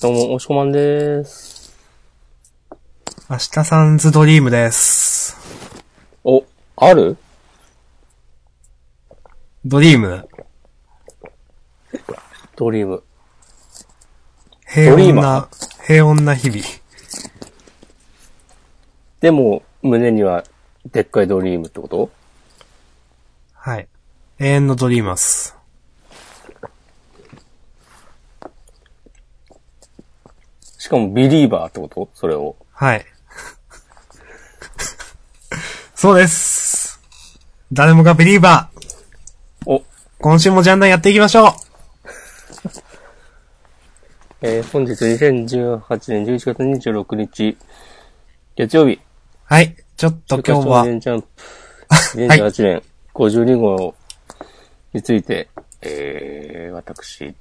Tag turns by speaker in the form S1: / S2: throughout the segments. S1: どうも、おしこまんでーす。
S2: 明日さんズドリームです。
S1: お、ある
S2: ドリーム。
S1: ドリーム。
S2: 平
S1: ドリー
S2: 穏
S1: マ
S2: な、平穏な日々。
S1: でも、胸には、でっかいドリームってこと
S2: はい。永遠のドリーマス。
S1: しかも、ビリーバーってことそれを。
S2: はい。 そうです。誰もがビリーバー。
S1: お、
S2: 今週もジャンダンやっていきましょう
S1: えー、本日2018年11月26日、月曜日、
S2: はい。ちょっと今日
S1: 少
S2: は、
S1: 年ジャンプ、2018年52号について、えー、私、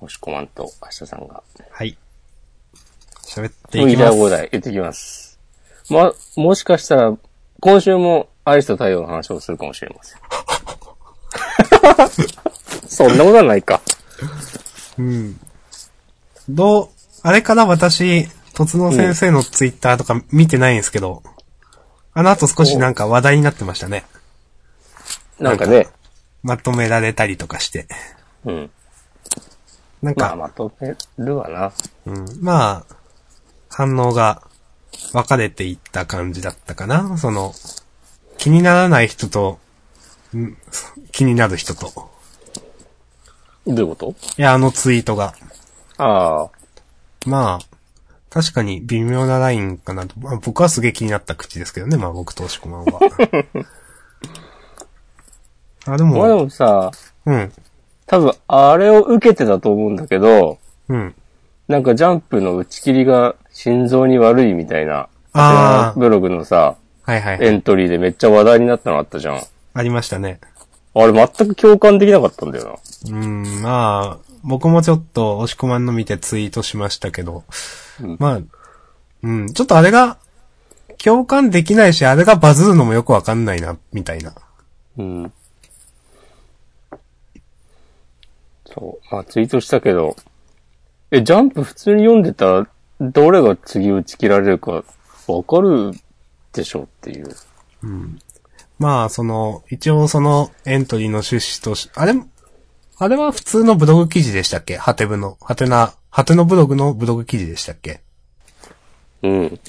S1: おしこまんと明日さんが、
S2: はい。喋って
S1: ウ
S2: い
S1: ィ
S2: きま
S1: ダー号
S2: す。
S1: 題言ってきます。ま、もしかしたら、今週もアリスと太陽の話をするかもしれません。 そんなことはないか。
S2: うん。どう、あれから私、とつの先生のツイッターとか見てないんですけど、あの後少しなんか話題になってましたね。
S1: なんかね、
S2: まとめられたりとかして。
S1: うん。
S2: なん
S1: まあ、
S2: か、
S1: まとめるわな。
S2: うん、まあ、反応が分かれていった感じだったかな。その、気にならない人と、うん、気になる人と。
S1: どういうこと
S2: いや、あのツイートが。
S1: ああ、
S2: まあ、確かに微妙なラインかなと。まあ、僕はすげえ気になった口ですけどね。まあ僕とおしこまん は。あ、
S1: まあ
S2: で
S1: で
S2: も、
S1: もさ、
S2: うん、
S1: 多分あれを受けてたと思うんだけど、
S2: うん。
S1: なんかジャンプの打ち切りが心臓に悪いみたいな、
S2: あー
S1: ブログのさ、
S2: はいはいは
S1: エ
S2: い。
S1: ントリーでめっちゃ話題になったのあったじゃん。
S2: ありましたね。
S1: あれ全く共感できなかったんだよな。
S2: うん、まあ、僕もちょっと押し込まんの見てツイートしましたけど、
S1: うん
S2: まあ、うん、ちょっとあれが、共感できないし、あれがバズるのもよくわかんないな、みたいな。
S1: うん。そう。まあ、ツイートしたけど、え、ジャンプ普通に読んでたら、どれが次打ち切られるか、わかるでしょっていう。
S2: まあ、その、一応そのエントリーの趣旨とし、あれ、あれは普通のブログ記事でしたっけハテブの、ハテナ、ハテのブログのブログ記事でしたっけ
S1: うん。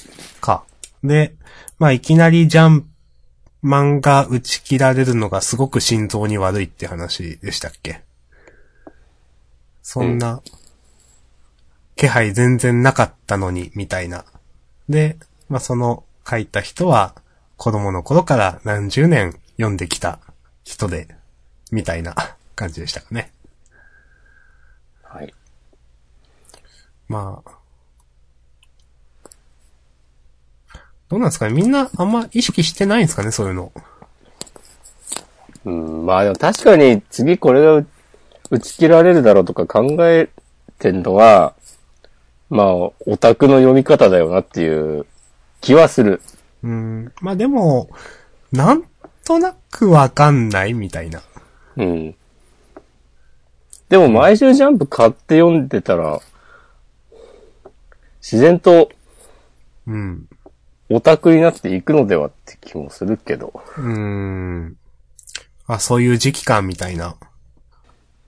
S2: か。で、まあ、いきなりジャン、漫画打ち切られるのがすごく心臓に悪いって話でしたっけそんな、気配全然なかったのに、みたいな。で、まあ、その書いた人は、子供の頃から何十年読んできた人で、みたいな感じでしたかね。
S1: はい。
S2: まあ。どうなんですかねみんなあんま意識してないんですかねそういうの。
S1: うん、まあでも確かに次これが打ち切られるだろうとか考えてんのは、まあ、オタクの読み方だよなっていう気はする。
S2: うん。まあでも、なんとなくわかんないみたいな。
S1: うん。でも毎週ジャンプ買って読んでたら、自然と
S2: うん。
S1: オタクになっていくのではって気もするけど。
S2: うん。あ、そういう時期感みたいな。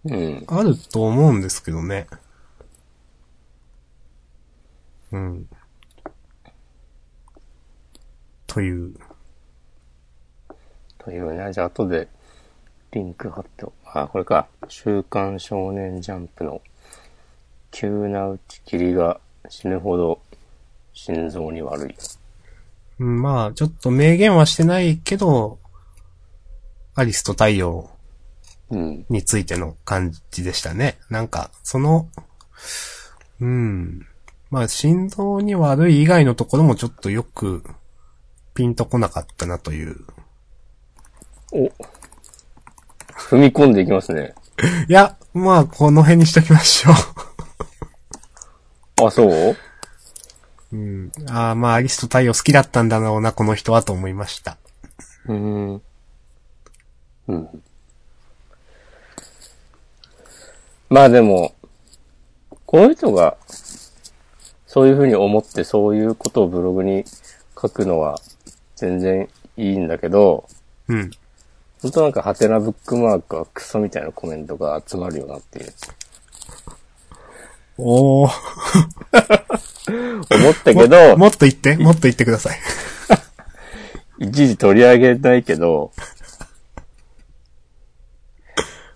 S1: うん。
S2: あると思うんですけどね。うん。という。
S1: というね、じゃあ後でリンク貼ってお、あ、これか。週刊少年ジャンプの急な打ち切りが死ぬほど心臓に悪い。
S2: うんまあ、ちょっと明言はしてないけど、アリスと太陽
S1: うん。
S2: についての感じでしたね。なんか、その、うん。まあ、心臓に悪い以外のところもちょっとよく、ピンとこなかったなという。
S1: お。踏み込んでいきますね。
S2: いや、まあ、この辺にしときましょ
S1: あ、そう
S2: う。うん。ああ、まあ、アリスと太陽好きだったんだろうな、この人はと思いました。
S1: うん。うん。まあでも、この人がそういうふうに思って、そういうことをブログに書くのは全然いいんだけど、
S2: うん。
S1: ほんとなんかハテナブックマークはクソみたいなコメントが集まるよなっていう。
S2: おー。
S1: 思ったけど、
S2: もっと言って、もっと言ってください。
S1: 一時取り上げないけど、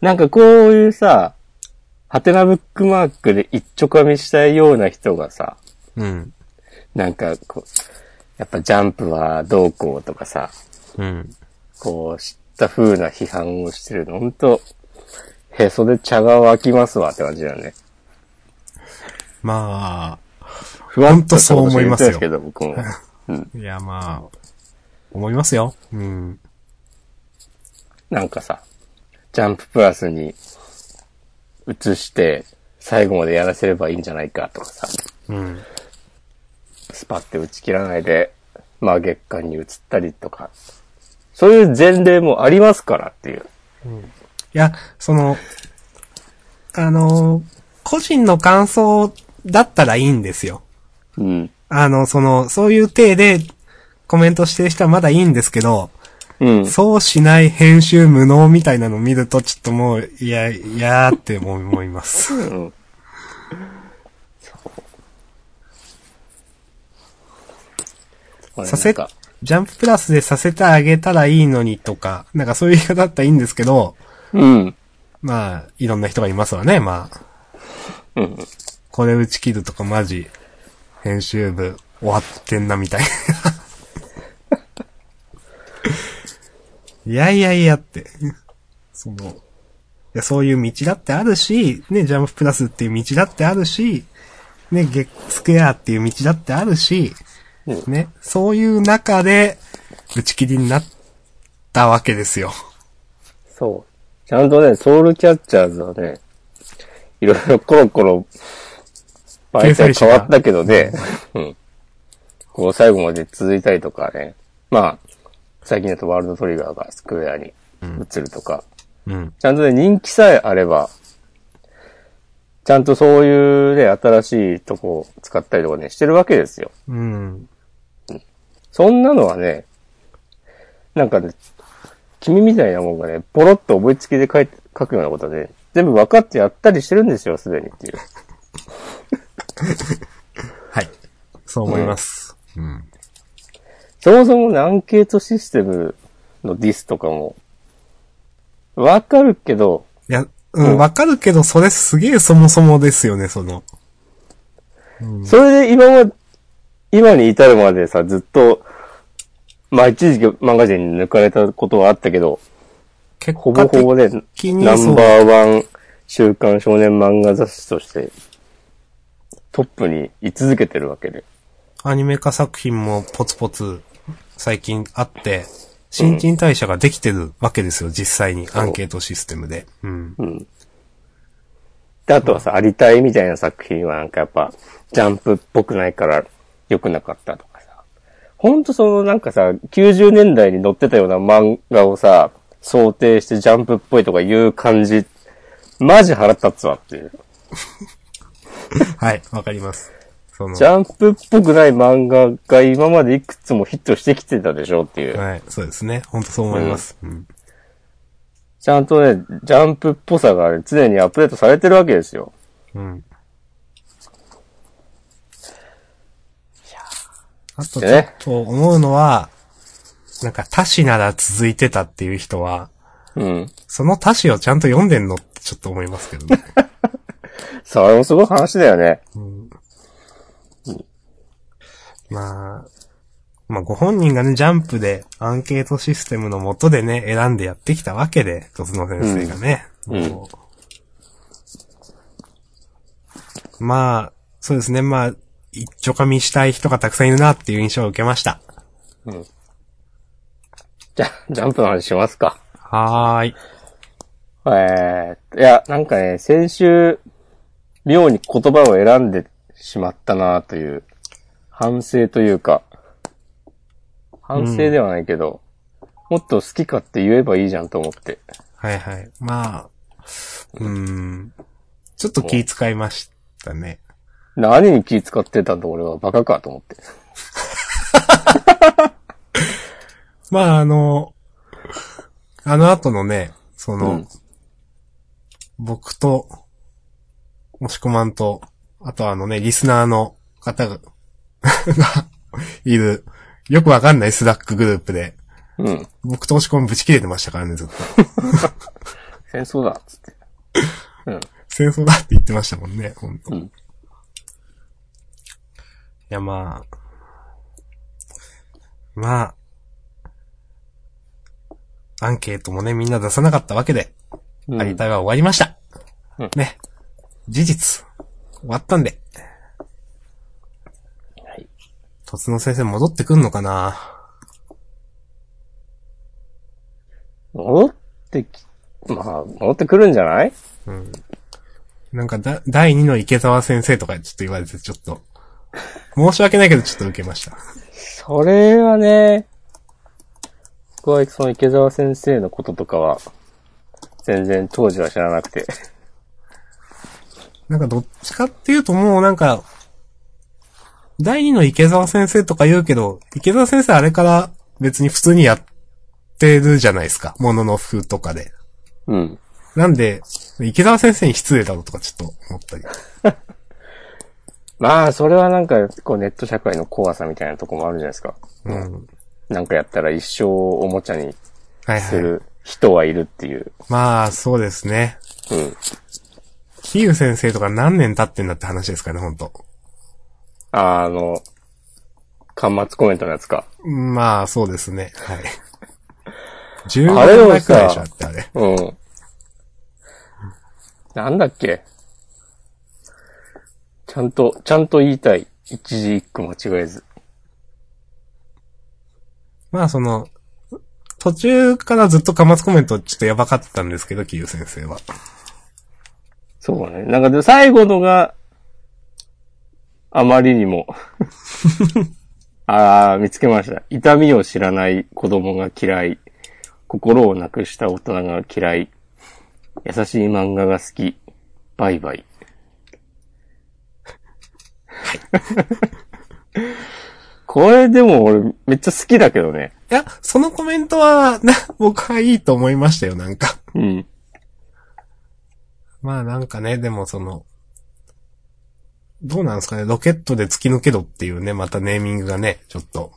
S1: なんかこういうさ、ハテナブックマークで一ちょかみしたいような人がさ、
S2: うん。
S1: なんかこう、やっぱジャンプはどうこうとかさ、
S2: うん。
S1: こう、知った風な批判をしてるの、ほんと、へそで茶が湧きますわって感じだよね。
S2: ま
S1: ふわ
S2: ほんとそう思いますよ
S1: っとしたこと言ってますけど、僕も。うん
S2: あ、いやまあ、思いますよ。うん。
S1: なんかさ、ジャンププラスに移して、最後までやらせればいいんじゃないかとかさ、
S2: うん。
S1: スパって打ち切らないで、まあ月間に移ったりとか、そういう前例もありますからっていう。
S2: いや、その、あのー個人の感想だったらいいんですよ。
S1: うん。
S2: あの、その、そういう体でコメントしてる人はまだいいんですけど、
S1: うん。
S2: そうしない編集無能みたいなの見ると、ちょっともう、いや、いやーって思い思います。
S1: うんそう。
S2: させ、
S1: 俺なんか
S2: ジャンププラスでさせてあげたらいいのにとか、なんかそういう言い方だったらいいんですけど、
S1: うん。
S2: まあ、いろんな人がいますわね、まあ。
S1: うん。
S2: これ打ち切るとかマジ、編集部終わってんな みたいな。いやいやいやって。その、いやそういう道だってあるし、ね、ジャンププラスっていう道だってあるし、ね、ゲッスクエアっていう道だってあるし、ね、そういう中で打ち切りになったわけですよ。
S1: そう。ちゃんとね、ソウルキャッチャーズはね、いろいろコロコロ、媒体変わったけどね、うん。こう最後まで続いたりとかね、まあ、最近だとワールドトリガーがスクエアに移るとか、
S2: うん。
S1: ちゃんとね、人気さえあれば、ちゃんとそういうね、新しいとこを使ったりとかね、してるわけですよ。
S2: うん。
S1: そんなのはね、なんかね、君みたいなもんがね、ポロッと思いつきで書いて書くようなことで、全部分かってやったりしてるんですよ、すでにっていう。
S2: はい。そう思います。うん。
S1: そもそもね、アンケートシステムのディスとかも、分かるけど、
S2: いや、うん、わかるけど、それすげえそもそもですよね、その。
S1: それで今は、今に至るまでさ、ずっと、まあ一時期マガジンに抜かれたことはあったけど、
S2: 結
S1: ほぼ
S2: 構
S1: ほぼで、
S2: 的に
S1: ナ
S2: そう
S1: ンバーワン週刊少年漫画雑誌として、トップに居続けてるわけで。
S2: アニメ化作品もポツポツ最近あって、新陳代謝ができてるわけですよ、実際にアンケートシステムで。うん。
S1: うん。で、あとはさ、ありたいみたいな作品はなんかやっぱ、ジャンプっぽくないから良くなかったとかさ。ほんとそのなんかさ、90年代に載ってたような漫画をさ、想定してジャンプっぽいとかいう感じ、マジ腹立つわっていう。
S2: はい、わかります。その
S1: ジ、ャンプっぽくない漫画が今までいくつもヒットしてきてたでしょっていう。
S2: はい、そうですね。ほんとそう思います。うん。
S1: ちゃんとね、ジャンプっぽさがね常にアップデートされてるわけですよ。
S2: うん。あとち
S1: で
S2: ょっ
S1: ね
S2: と思うのは、なんか他誌なら続いてたっていう人は、
S1: うん。
S2: その他詞をちゃんと読んでんのってちょっと思いますけどね。
S1: それもすごい話だよね。
S2: まあ、まあご本人がね、ジャンプでアンケートシステムのもとでね、選んでやってきたわけで、とつの先生がね。
S1: うん
S2: もうまあ、そうですね、まあ、一丁噛みしたい人がたくさんいるなっていう印象を受けました。
S1: じゃ、ジャンプの話しますか。
S2: はーい。
S1: えー、いや、なんかね、先週、妙に言葉を選んでしまったなという、反省というか、反省ではないけど、もっと好きかって言えばいいじゃんと思って。
S2: はいはい。まあ、うーん。ちょっと気遣いましたね。
S1: 何に気使ってたんだ俺はバカかと思って。
S2: まあ、あの、あの後のね、その、
S1: うん
S2: 僕と、もしこまんと、あとあのね、リスナーの方が、がいる、よくわかんないスラックグループで、
S1: うん。
S2: 僕ともしこまんぶち切れてましたからね、ずっと。
S1: 戦争だ、つって。
S2: 戦争だって言ってましたもんね、本当、
S1: うん
S2: いや、まあ。まあ。アンケートもね、みんな出さなかったわけで、
S1: う
S2: 有田が終わりました。
S1: うん
S2: ね。事実、終わったんで。
S1: はい。
S2: 突の先生戻ってくんのかな
S1: 戻ってき、まあ、戻ってくるんじゃない
S2: なんかだ、第2の池澤先生とかちょっと言われて、ちょっと、申し訳ないけどちょっと受けました。
S1: それはね、僕はその池澤先生のこととかは、全然当時は知らなくて。
S2: なんかどっちかっていうともうなんか、第二の池澤先生とか言うけど、池澤先生あれから別に普通にやってるじゃないですか。ものの風とかで。
S1: うん。
S2: なんで、池澤先生に失礼だろうとかちょっと思ったり。
S1: まあ、それはなんか、こうネット社会の怖さみたいなとこもあるじゃないですか。
S2: うん。
S1: なんかやったら一生おもちゃに
S2: はい
S1: す
S2: はい。
S1: る人はいるっていう。
S2: まあ、そうですね。
S1: うん。
S2: キーウ先生とか何年経ってんだって話ですかね、ほんと。
S1: あの、端末コメントのやつか。
S2: まあ、そうですね。はい。15
S1: あれ
S2: 年
S1: を
S2: 前
S1: さ
S2: くらいでしょ、だってあれ。
S1: うん。なんだっけちゃんと、ちゃんと言いたい。一字一句間違えず。
S2: まあその、途中からずっとマツコメントちょっとやばかったんですけど、キユ先生は。
S1: そうね。なんかで、最後のが、あまりに も。ああ、見つけました。痛みを知らない子供が嫌い。心をなくした大人が嫌い。優しい漫画が好き。バイ バイ。これでも俺めっちゃ好きだけどね。
S2: いや、そのコメントは、な、僕はいいと思いましたよ、なんか。
S1: うん。
S2: まあなんかね、でもその、どうなんですかね、ロケットで突き抜けろっていうね、またネーミングがね、ちょっと、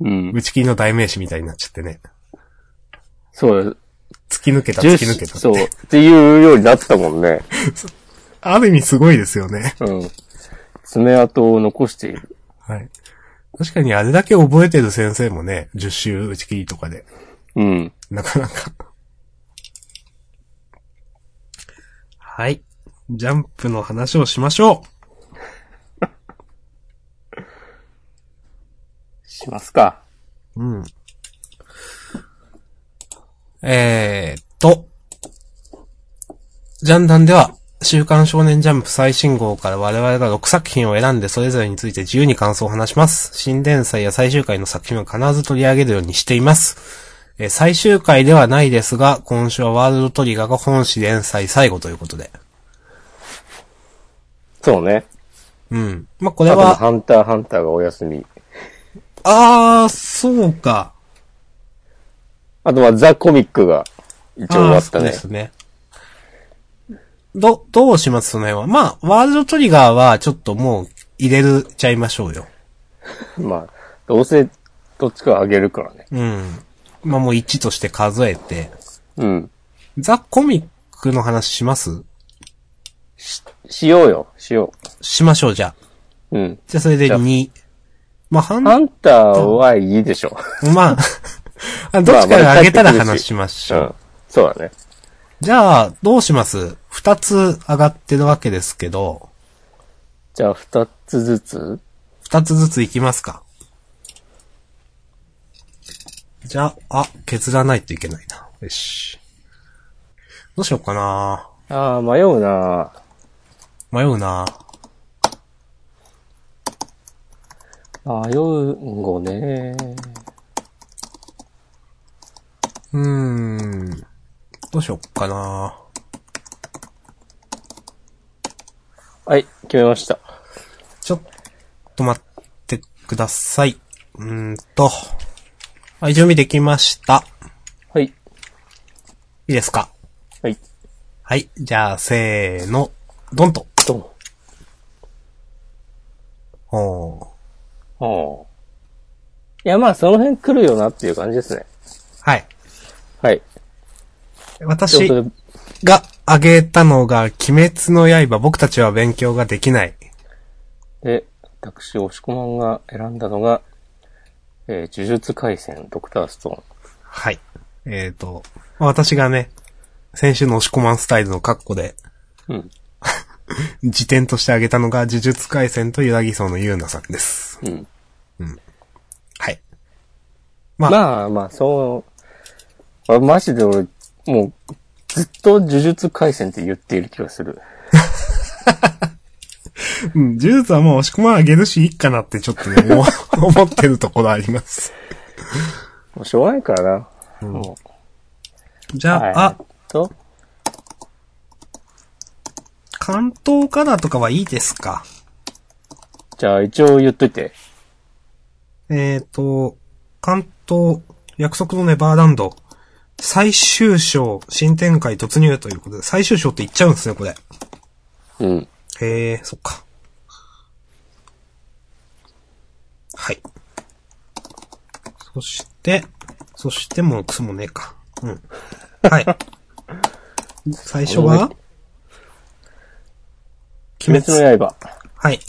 S1: うん。
S2: 打ち切りの代名詞みたいになっちゃってね。
S1: そう
S2: 突き抜けた、
S1: だ。
S2: 突き抜けた
S1: そう。
S2: って。
S1: っていうようになったもんね。
S2: ある意味すごいですよね。
S1: うん。爪痕を残している。
S2: はい。確かにあれだけ覚えてる先生もね、10周打ち切りとかで。
S1: うん。
S2: なかなか。はい。ジャンプの話をしましょ
S1: しますか。
S2: う。うん。えーっと。ジャンダンでは、週刊少年ジャンプ最新号から我々が6作品を選んでそれぞれについて自由に感想を話します。新連載や最終回の作品を必ず取り上げるようにしています。えー最終回ではないですが、今週はワールドトリガーが本誌連載最後ということで。
S1: そうね。
S2: うん。まあ、これ
S1: あと
S2: は、
S1: ハンターハンターがお休み。
S2: あー、そうか。
S1: あとはザ・コミックが一応終わっ
S2: あー
S1: た
S2: そうで
S1: ね。
S2: すね。ど、どうしますその辺は。まあ、ワールドトリガーはちょっともう入れるちゃいましょうよ。
S1: まあ、どうせどっちか上げるからね。
S2: うん。まあもう1として数えて。
S1: うん。
S2: ザ・コミックの話します
S1: しようよ、しよ
S2: しましょう、じゃあ。
S1: う。うん。
S2: じゃあそれで
S1: じゃあ
S2: 2。まあ、半、
S1: ハンターはいいでしょ。
S2: まあ、 あどっちから上げたら話しまし
S1: う
S2: ょう。
S1: ん。そうだね。
S2: じゃあ、どうします二つ上がってるわけですけど、
S1: じゃあ、二つずつ
S2: 二つずついきますか。じゃあ、あ、削らないといけないな。よし。どうしようかな
S1: ああ、迷うな
S2: 迷うな
S1: 迷うんごね
S2: うーん。どうしようかな
S1: はい、決めました。
S2: ちょっと待ってください。うーんと。はい、準備できました。
S1: はい。
S2: いいですか
S1: はい。
S2: はい。じゃあ、せーの、ドンと。
S1: どう
S2: おー
S1: も。ああ。いや、まあ、その辺来るよなっていう感じですね。
S2: はい。
S1: はい。
S2: 私
S1: ということで
S2: が挙げたのが、鬼滅の刃、僕たちは勉強ができない。
S1: で、私、押し込まんが選んだのが、えー、呪術廻戦、ドクターストーン。
S2: はい。えっ、ー、と、まあ私がね、先週の押し込まんスタイルの括弧で、
S1: うん。
S2: 辞典として挙げたのが、呪術廻戦とユラギソウのユうナさんです。
S1: うん。
S2: はい。
S1: まあまあ、そう、あマジで俺、もう、ずっと呪術廻戦って言っている気がする。
S2: うん、呪術はもう押し込まんあげるし、いいかなってちょっとね、 思思ってるところあります。
S1: もうしょうがないからな。もう
S2: じゃあ、
S1: はい
S2: あ、
S1: と、
S2: 関東からとかはいいですか
S1: じゃあ一応言っといて。
S2: えっ、ー、と、関東、約束のネバーランド、最終章、新展開突入ということで、最終章って言っちゃうんですね、これ。
S1: うん。
S2: へえ、そっか。はい。そして、そしてもうクソもねえか。うん。はい。最初は
S1: 鬼滅の刃。
S2: はい。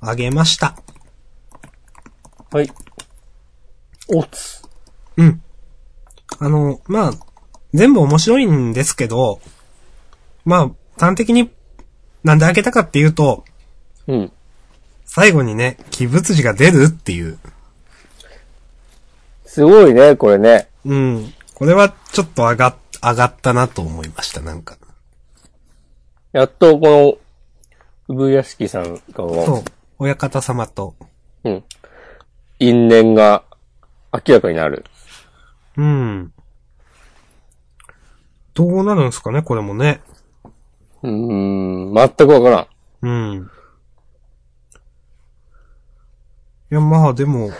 S2: あげました。
S1: はい。おつ。
S2: うん。あの、まあ、全部面白いんですけど、まあ、端的に、なんで開けたかっていうと、
S1: うん。
S2: 最後にね、鬼物児が出るっていう。
S1: すごいね、これね。
S2: うん。これはちょっと上がっ、上がったなと思いました、なんか。
S1: やっとこの、産屋敷さんが、
S2: そう。親方様と。
S1: うん。因縁が明らかになる。
S2: うん。どうなるんですかね、これもね。
S1: うーん、全くわからん。
S2: うん。いや、まあでも、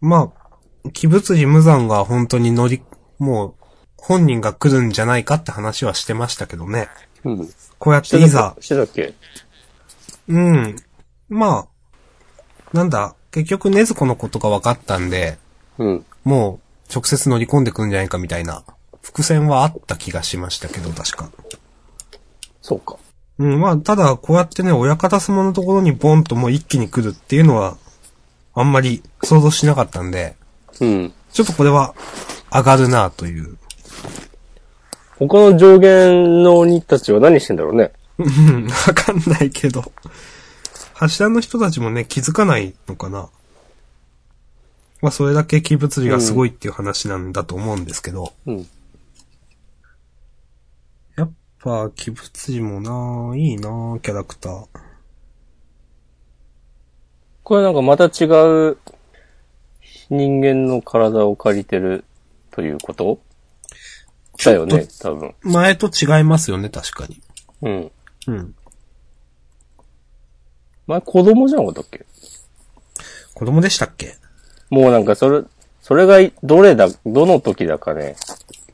S2: まあ、鬼物寺無惨が本当に乗り、もう、本人が来るんじゃないかって話はしてましたけどね。
S1: うん。
S2: こうやっ
S1: しててた
S2: いざ、
S1: してたっけ
S2: うん。まあ、なんだ、結局ねずこのことが分かったんで、
S1: うん。
S2: もう直接乗り込んでくるんじゃないかみたいな、伏線はあった気がしましたけど、確か。
S1: そうか。
S2: うん、まあ、ただ、こうやってね、親方様のところにボンともう一気に来るっていうのは、あんまり想像しなかったんで、
S1: うん。
S2: ちょっとこれは、上がるなという。
S1: 他の上限の鬼たちは何してんだろうね。
S2: うん、 わかんないけど。柱の人たちもね、気づかないのかな。まあ、それだけ鬼物理がすごいっていう話なんだと思うんですけど。
S1: うん。
S2: やっぱ、鬼物理もなあいいなあキャラクター。
S1: これなんかまた違う人間の体を借りてるということだよね、多分。
S2: 前と違いますよね、確かに。
S1: うん。
S2: うん。
S1: 前子供じゃなかったっけ
S2: 子供でしたっけ
S1: もうなんかそれ、それがどれだ、どの時だかね、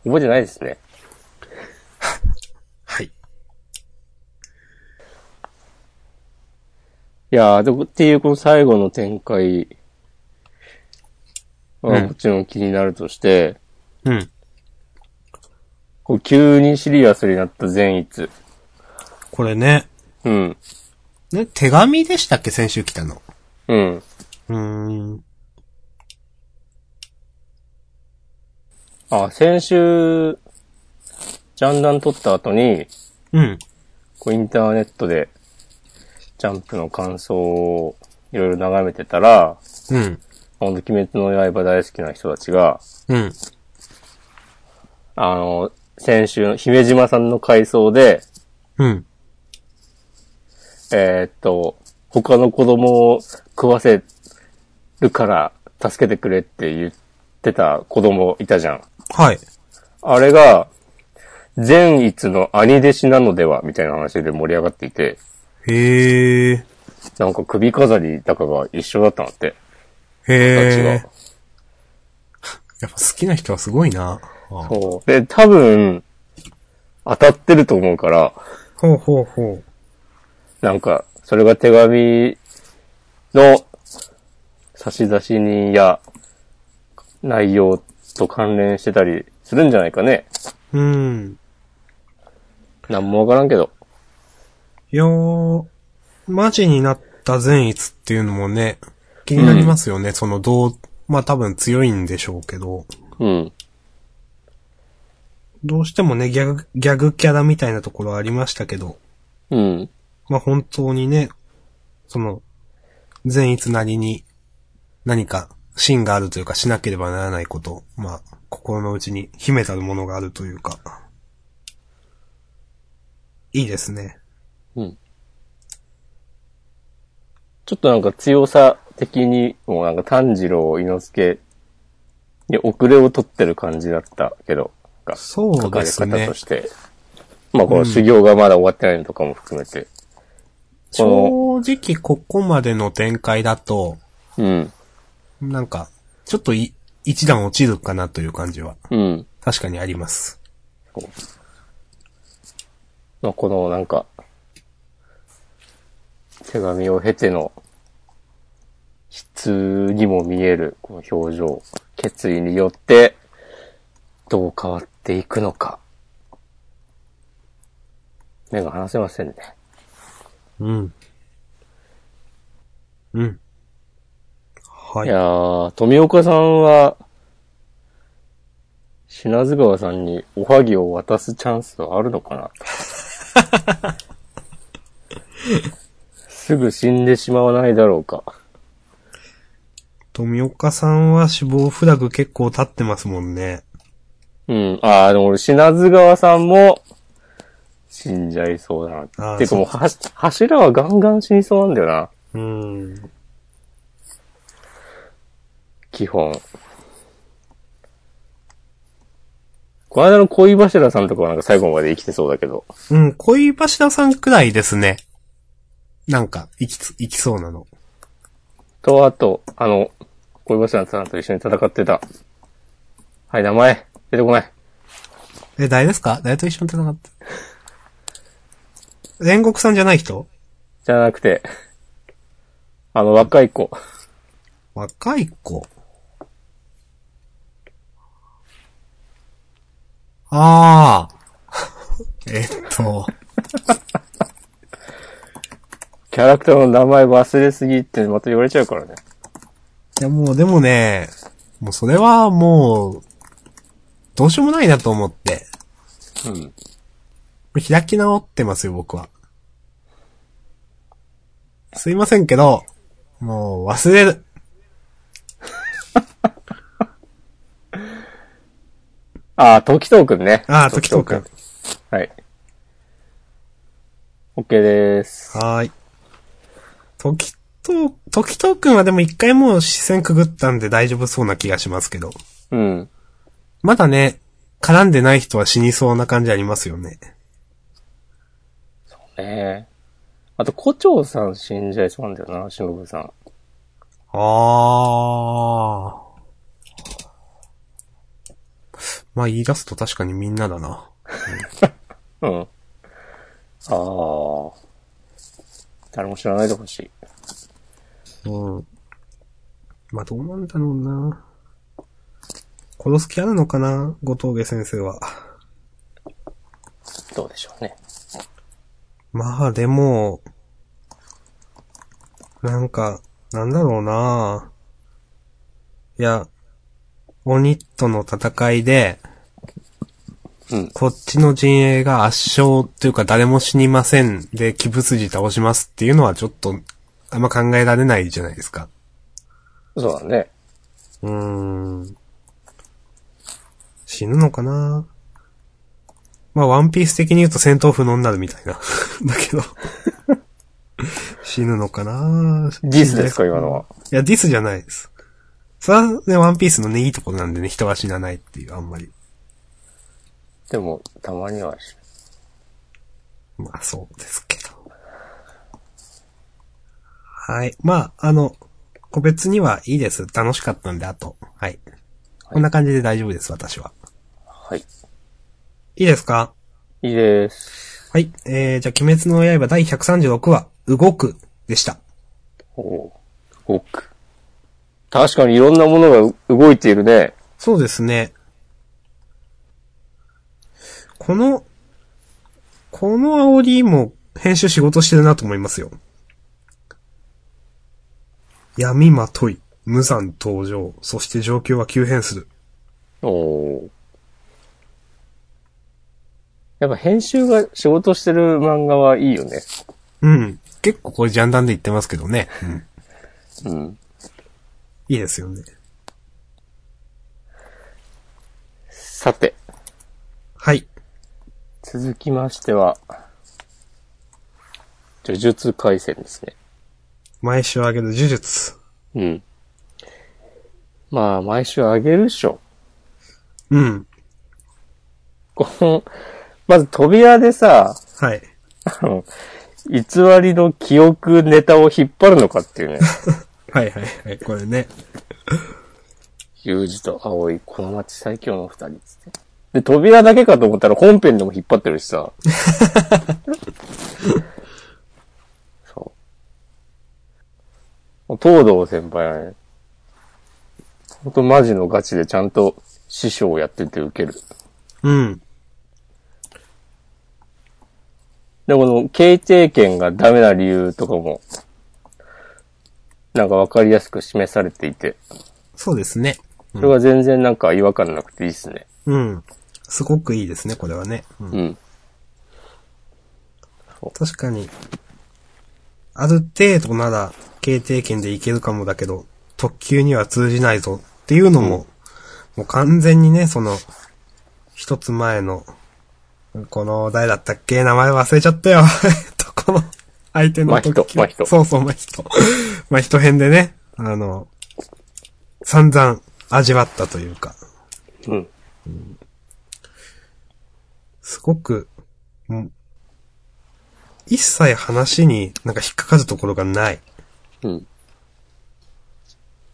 S1: 覚えてないですね。
S2: はい。
S1: いやー、でもっていうこの最後の展開は
S2: うん
S1: もちろん気になるとして、
S2: うん。
S1: こう急にシリアスになった善逸。
S2: これね、
S1: うん。
S2: ね、手紙でしたっけ先週来たの。
S1: うん。
S2: うーん。
S1: あ、先週、ジャンダン撮った後に、
S2: うん。
S1: こうインターネットで、ジャンプの感想をいろいろ眺めてたら、
S2: うん。
S1: ほんと鬼滅の刃大好きな人たちが、
S2: うん。
S1: あの、先週の姫島さんの回想で、
S2: うん。
S1: えーっと、他の子供を食わせるから助けてくれって言ってた子供いたじゃん。
S2: はい。
S1: あれが、善逸の兄弟子なのでは、みたいな話で盛り上がっていて、
S2: へえ。
S1: なんか首飾りだかが一緒だったんだって、
S2: へ
S1: 形が。
S2: え。やっぱ好きな人はすごいな。あ
S1: そう。で、多分、当たってると思うから、
S2: ほうほうほう。
S1: なんか、それが手紙の差出人や内容と関連してたりするんじゃないかね。
S2: うん。
S1: なんもわからんけど。
S2: いやー、マジになった善逸っていうのもね、気になりますよね。その、どう、まあ多分強いんでしょうけど、
S1: うん。
S2: どうしてもね、ギャグ、ギャグキャラみたいなところありましたけど、
S1: うん。
S2: まあ本当にね、その、善逸なりに何か芯があるというかしなければならないこと、まあ心の内に秘めたるものがあるというか、いいですね。
S1: うん。ちょっとなんか強さ的にもなんか炭治郎、伊之助に遅れを取ってる感じだったけど、が
S2: そう
S1: 書か
S2: で
S1: れ
S2: す
S1: 方
S2: ね
S1: と。して。まあこの修行がまだ終わってないのとかも含めて。
S2: 正直ここまでの展開だと、
S1: うん。
S2: なんか、ちょっとい一段落ちるかなという感じは、
S1: うん。
S2: 確かにあります。
S1: まあ、このなんか、手紙を経ての、普通にも見えるこの表情、決意によって、どう変わっていくのか。目が離せませんね。
S2: うん。うん。はい
S1: い、やー、富岡さんは、品津川さんにおはぎを渡すチャンスはあるのかなすぐ死んでしまわないだろうか。
S2: 富岡さんは死亡フラグ結構立ってますもんね。
S1: うん。ああ、でも俺、品津川さんも、死んじゃいそうだ
S2: あ
S1: な。
S2: ー
S1: てかもうは、柱はガンガン死にそうなんだよな。
S2: うん。
S1: 基本。この間の恋柱さんとかはなんか最後まで生きてそうだけど。
S2: うん、恋柱さんくらいですね。なんか、生きつ、生きそうなの。
S1: と、あと、あの、恋柱さんと一緒に戦ってた。はい、名前、出てこない。
S2: え、誰ですか誰と一緒に戦った煉獄さんじゃない人
S1: じゃなくて、あの、若い子。
S2: 若い子。ああ。 えっと、
S1: キャラクターの名前忘れすぎってまた言われちゃうからね。
S2: いやもうでもね、もうそれはもう、どうしようもないなと思って。
S1: うん。
S2: 開き直ってますよ、僕は。すいませんけど、もう忘れる。
S1: あー、時藤くんね。
S2: ああ、時藤くん。
S1: はい。OK です。
S2: はーい。時藤、時藤くんはでも一回もう視線くぐったんで大丈夫そうな気がしますけど。
S1: うん。
S2: まだね、絡んでない人は死にそうな感じありますよね。
S1: ねえ。あと、胡蝶さん死んじゃいそうなんだよな、しのぶさん。
S2: あー。まあ言い出すと確かにみんなだな。
S1: うん。ああ。誰も知らないでほしい。
S2: うん。まあどうなんだろうな。殺す気あるのかな後藤家先生は。
S1: どうでしょうね。
S2: まあでも、なんか、なんだろうな。いや、鬼との戦いで、
S1: うん
S2: こっちの陣営が圧勝というか誰も死にませんで、鬼物児倒しますっていうのはちょっと、あんま考えられないじゃないですか。
S1: そうだね。
S2: うーん。死ぬのかなまあ、ワンピース的に言うと戦闘不能になるみたいな。だ けど。死ぬのかな
S1: ディスですか、今のは。
S2: いや、ディスじゃないです。それはね、ワンピースのね、いいところなんでね、人が死なないっていう、あんまり。
S1: でしても、たまにはし、
S2: まあそうですけど。はい。まあ、あの、個別にはいいです。楽しかったんで、あと。はい。こんな感じで大丈夫です、私は。
S1: はい。
S2: いいですか
S1: いいです。
S2: はい。えー、じゃあ、鬼滅の刃第136話、動く、でした。
S1: おおう動く。確かにいろんなものが動いているね。
S2: そうですね。この、この煽りも編集仕事してるなと思いますよ。闇まとい、無惨登場、そして状況は急変する。
S1: おお。やっぱ編集が仕事してる漫画はいいよね。
S2: うん。結構これジャンダンで言ってますけどね。うん。
S1: うん。
S2: いいですよね。
S1: さて、
S2: はい。
S1: 続きましては、呪術回戦ですね。
S2: 毎週あげる呪術。
S1: うん。まあ、毎週あげるっしょ。
S2: うん。
S1: この、まず扉でさ、
S2: はい。
S1: あの偽りの記憶ネタを引っ張るのかっていうね。
S2: はいはいはい。これね。
S1: ユージと葵、この街最強の二人っつって。で、扉だけかと思ったら本編でも引っ張ってるし さ。そう。もう東堂先輩はね、ほんとマジのガチでちゃんと師匠をやってて受ける。
S2: うん。
S1: で、この経定権がダメな理由とかも、なんかわかりやすく示されていて、
S2: そうですね。
S1: それが全然なんか違和感なくていいっすね。
S2: うん。すごくいいですね、これはね。うん
S1: うん。
S2: 確かに。ある程度なら、経定権でいけるかもだけど、特急には通じないぞっていうのも、もう完全にね、その、一つ前の、この、誰だったっけ名前忘れちゃったよ。 えっと、この、相手の特急。
S1: 真人真人
S2: そうそう、真人。真人編でね、あの、散々味わったというか。
S1: うん。
S2: すごく、うん一切話になんか引っかかるところがない。
S1: うん。だ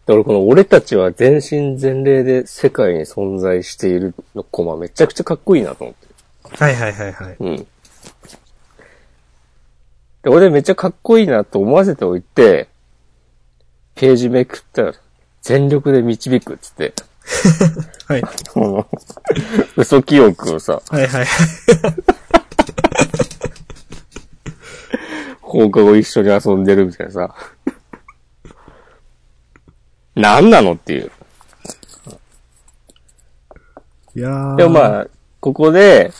S1: からこの俺たちは全身全霊で世界に存在しているのコマめちゃくちゃかっこいいなと思って。
S2: はいはいはいはい。
S1: うん。で、俺めっちゃかっこいいなと思わせておいて、ページめくったら全力で導くっつって、
S2: はい。
S1: この嘘記憶をさ、
S2: はいはいはい。
S1: 放課後一緒に遊んでるみたいなさ。なんなのっていう。
S2: いやー。
S1: でもまあ、ここで、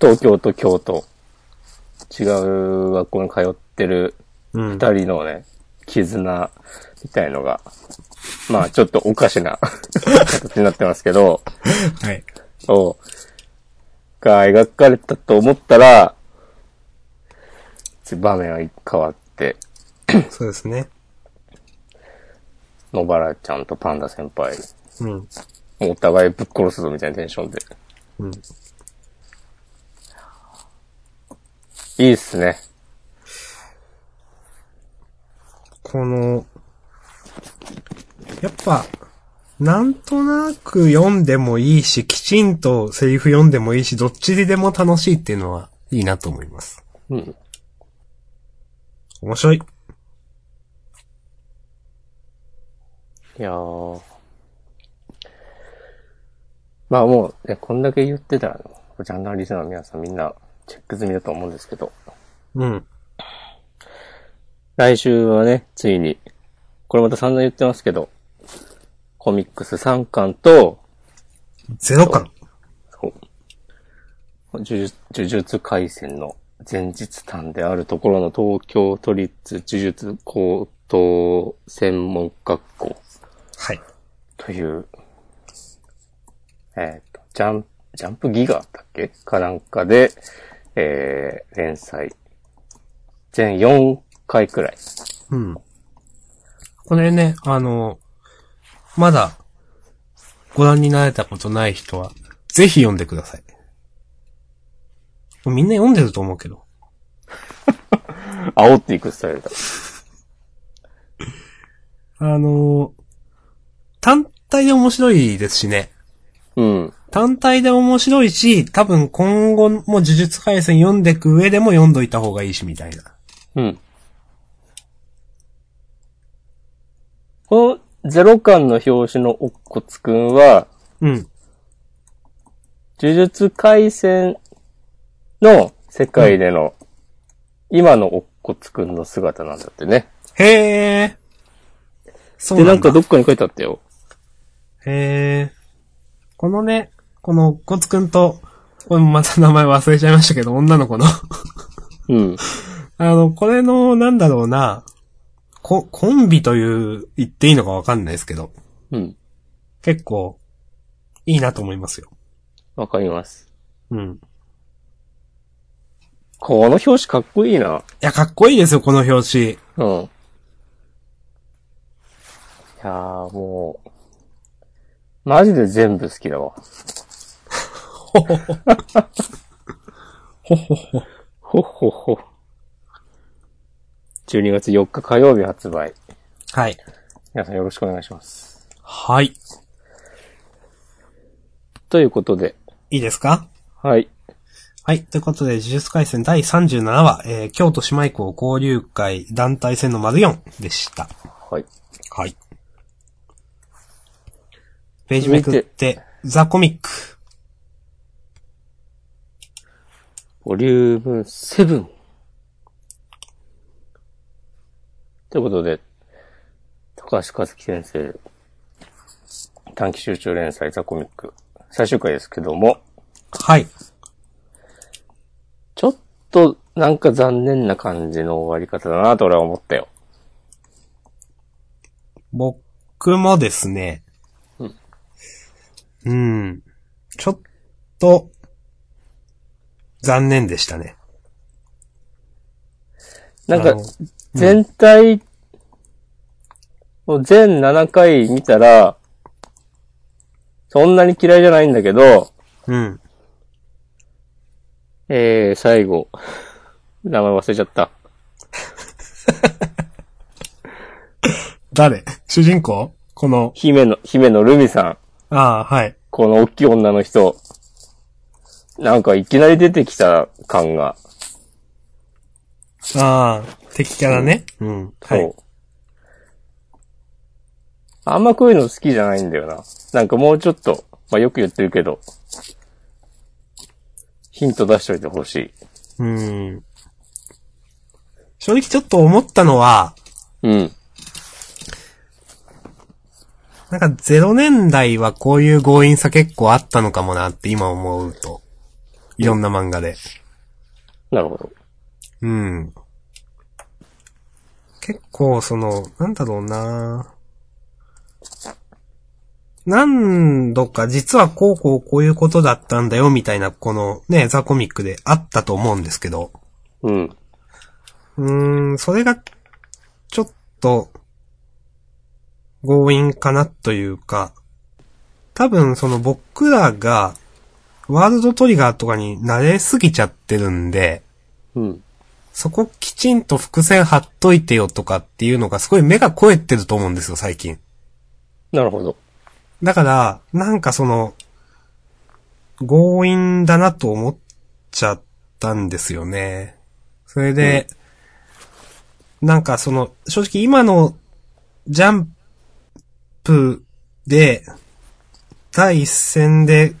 S1: 東京と京都、違う学校に通ってる
S2: うん。
S1: 二人のね、絆みたいのが、まあちょっとおかしな形になってますけど、
S2: はい。
S1: を、が描かれたと思ったら、場面は変わって、
S2: そうですね。
S1: 野原ちゃんとパンダ先輩、
S2: うん。
S1: もうお互いぶっ殺すぞみたいなテンションで。
S2: うん。
S1: いいっすね。
S2: この、やっぱ、なんとなく読んでもいいし、きちんとセリフ読んでもいいし、どっちでも楽しいっていうのはいいなと思います。
S1: うん。
S2: 面白い。
S1: いやー。まあもう、ね、こんだけ言ってたら、ジャンダーリスナーの皆さんみんなチェック済みだと思うんですけど、
S2: うん。
S1: 来週はね、ついに、これまた散々言ってますけど、コミックス3巻と、
S2: ゼロ感。
S1: そう呪術呪術回戦の前日譚であるところの東京都立呪術高等専門学校
S2: はい。
S1: という、えっ、と、ジャン、ジャンプギガだったっけかなんかで、えー、連載。全4回くらい。
S2: うん。これね、あの、まだ、ご覧になれたことない人は、ぜひ読んでください。みんな読んでると思うけど。
S1: 煽っていくスタイルだ。
S2: あのー単体で面白いですしね。
S1: うん。
S2: 単体で面白いし、多分今後も呪術回戦読んでく上でも読んどいた方がいいし、みたいな。
S1: うん。このゼロ感の表紙のおっこつくんは、
S2: うん。
S1: 呪術回戦の世界での、今のおっこつくんの姿なんだってね。
S2: へえ。そう
S1: で、
S2: な
S1: なんん
S2: だ。
S1: かどっかに書いてあったよ。
S2: へえ。このね、この、こつくんと、これもまた名前忘れちゃいましたけど、女の子 の。
S1: うん。
S2: あの、これの、なんだろうな、コ、コンビという、言っていいのかわかんないですけど、
S1: うん。
S2: 結構、いいなと思いますよ。
S1: わかります。
S2: うん。
S1: この表紙かっこいいな。
S2: いや、かっこいいですよ、この表紙。
S1: うん。いやーもう、マジで全部好きだわ。
S2: ほほほ。
S1: ほっほっほ。12月4日火曜日発売。
S2: はい。
S1: 皆さんよろしくお願いします。
S2: はい。
S1: ということで、
S2: いいですか
S1: はい。
S2: はい。ということで、呪術回戦第37話、えー、京都姉妹校交流会団体戦の丸4でした。
S1: はい。
S2: はい。ページめくって、ザコミック。
S1: ボリューム7。ということで、高橋和樹先生、短期集中連載ザコミック、最終回ですけども、
S2: はい。
S1: ちょっとなんか残念な感じの終わり方だなと俺は思ったよ。
S2: 僕もですね。
S1: うん。
S2: うん。ちょっと、残念でしたね。
S1: なん
S2: あ
S1: か
S2: の、
S1: 全体、もう全7回見たら、そんなに嫌いじゃないんだけど、
S2: うん。
S1: えー、最後。名前忘れちゃった。
S2: 誰主人公この、
S1: 姫の、姫のルミさん。
S2: ああ、はい。
S1: この大きい女の人。なんかいきなり出てきた感が。
S2: ああ、敵キャラね。うん。は
S1: そ。
S2: いう
S1: あんまこういうの好きじゃないんだよな。なんかもうちょっと、まあよく言ってるけど、ヒント出しといてほしい。
S2: うん。正直ちょっと思ったのは、
S1: うん。
S2: なんか0年代はこういう強引さ結構あったのかもなって今思うと。いろんな漫画で。
S1: なるほど。
S2: うん。結構、その、なんだろうな何度か、実はこうこうこういうことだったんだよ、みたいな、このね、ザコミックであったと思うんですけど。
S1: うん。
S2: うーん、それが、ちょっと、強引かなというか、多分その僕らが、ワールドトリガーとかに慣れすぎちゃってるんで、
S1: うん。
S2: そこきちんと伏線貼っといてよとかっていうのがすごい目が肥えてると思うんですよ、最近。
S1: なるほど。
S2: だから、なんかその、強引だなと思っちゃったんですよね。それで、なんかその、正直今のジャンプで、第一線で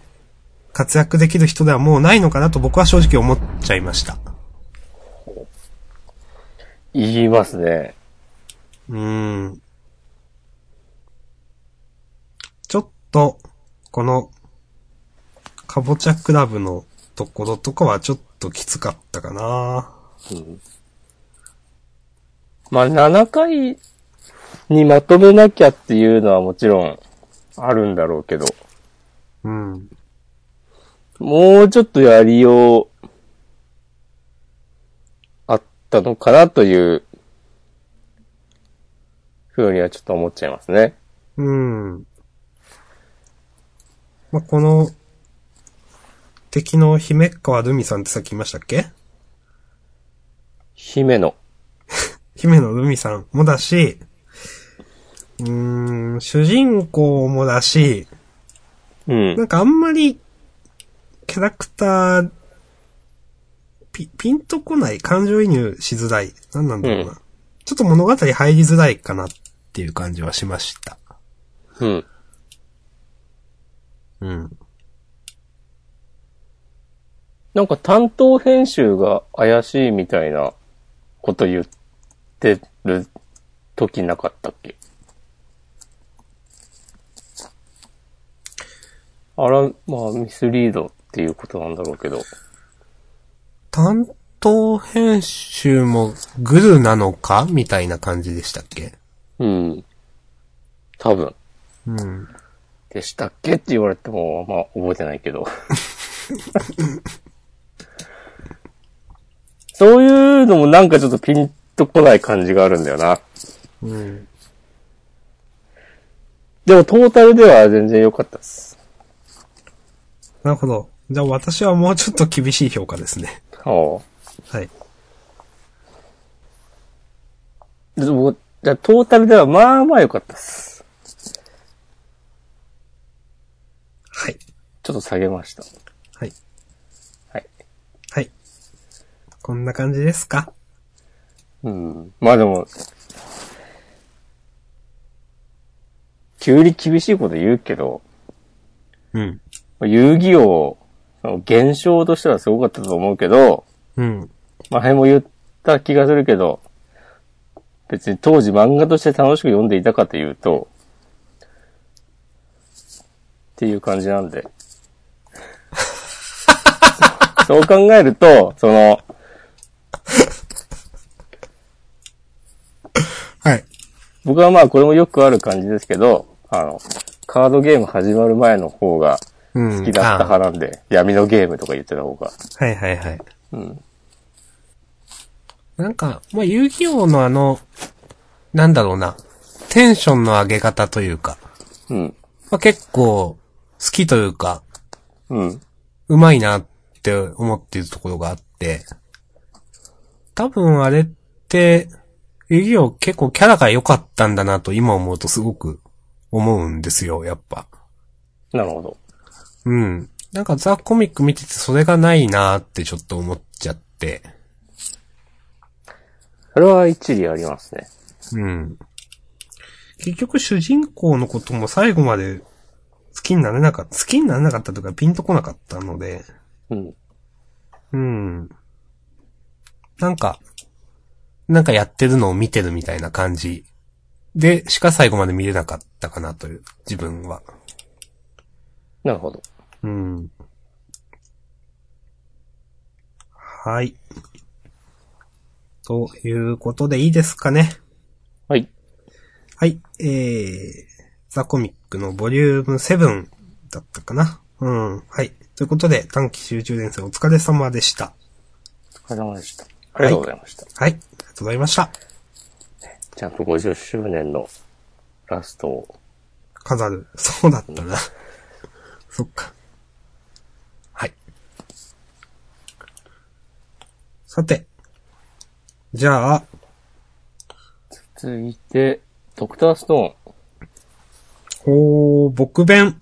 S2: 活躍できる人ではもうないのかなと僕は正直思っちゃいました。
S1: 言いますね。
S2: うーん。ちょっと、この、かぼちゃクラブのところとかはちょっときつかったかな
S1: まあ7回にまとめなきゃっていうのはもちろんあるんだろうけど、
S2: うん。
S1: もうちょっとやりようあったのかなというふうにはちょっと思っちゃいますね。
S2: うん。まあ、この、敵の姫川ルミさんってさっき言いましたっけ
S1: 姫野。
S2: 姫野ルミさんもだし、うーん、主人公もだし、
S1: うん
S2: な。んかあんまり、キャラクター、ピ、ピンとこない、感情移入しづらい。なんなんだろうな。
S1: うん
S2: ちょっと物語入りづらいかなっていう感じはしました。
S1: うん。
S2: うん。
S1: なんか担当編集が怪しいみたいなこと言ってる時なかったっけあら、まあミスリードっていうことなんだろうけど。
S2: 担当編集もグルなのかみたいな感じでしたっけ
S1: うん。多分。
S2: うん。
S1: でしたっけって言われても、まあ覚えてないけど。そういうのもなんかちょっとピンとこない感じがあるんだよな。
S2: うん。
S1: でもトータルでは全然良かったです。
S2: なるほど。じゃあ私はもうちょっと厳しい評価ですね。
S1: は
S2: はい。
S1: あ、でもじゃあトータルではまあまあ良かったです。
S2: はい。
S1: ちょっと下げました。
S2: はい。
S1: はい。
S2: はい。こんな感じですか
S1: うん。まあでも、急に厳しいこと言うけど、
S2: うん。
S1: 遊戯王、その現象としてはすごかったと思うけど、
S2: うん。
S1: 前も言った気がするけど、別に当時漫画として楽しく読んでいたかというと、っていう感じなんで。そう考えると、その、
S2: はい。
S1: 僕はまあこれもよくある感じですけど、あの、カードゲーム始まる前の方が
S2: うん。
S1: 好きだった派なんで、闇のゲームとか言ってた方が。
S2: あはいはいはい。
S1: うん。
S2: なんか、まあ、遊戯王のあの、なんだろうな、テンションの上げ方というか、
S1: うん。
S2: まあ、結構、好きというか、
S1: うん。
S2: うまいなって思っているところがあって、多分あれって、遊戯王結構キャラが良かったんだなと今思うとすごく思うんですよ、やっぱ。
S1: なるほど。
S2: うん。なんかザ・コミック見ててそれがないなってちょっと思っちゃって。
S1: それは一理ありますね。
S2: うん。結局主人公のことも最後まで好きになれなかった、好きになれなかったというかピンとこなかったので、
S1: うん。
S2: うん。なんか、なんかやってるのを見てるみたいな感じでしか最後まで見れなかったかなという、自分は。
S1: なるほど。
S2: うん。はい。ということでいいですかね。
S1: はい。
S2: はい、えー、ザコミックのボリューム7だったかな。うん、はい。ということで、短期集中連戦お疲れ様でした。
S1: お疲れ様でした。ありがとうございました。
S2: はい、ありがとうございました。
S1: ジャンプ50周年のラストを。
S2: 飾る。 そうだったな。そっか。はい。さて。じゃあ、
S1: 続いて、ドクターストーン、
S2: おー、僕弁。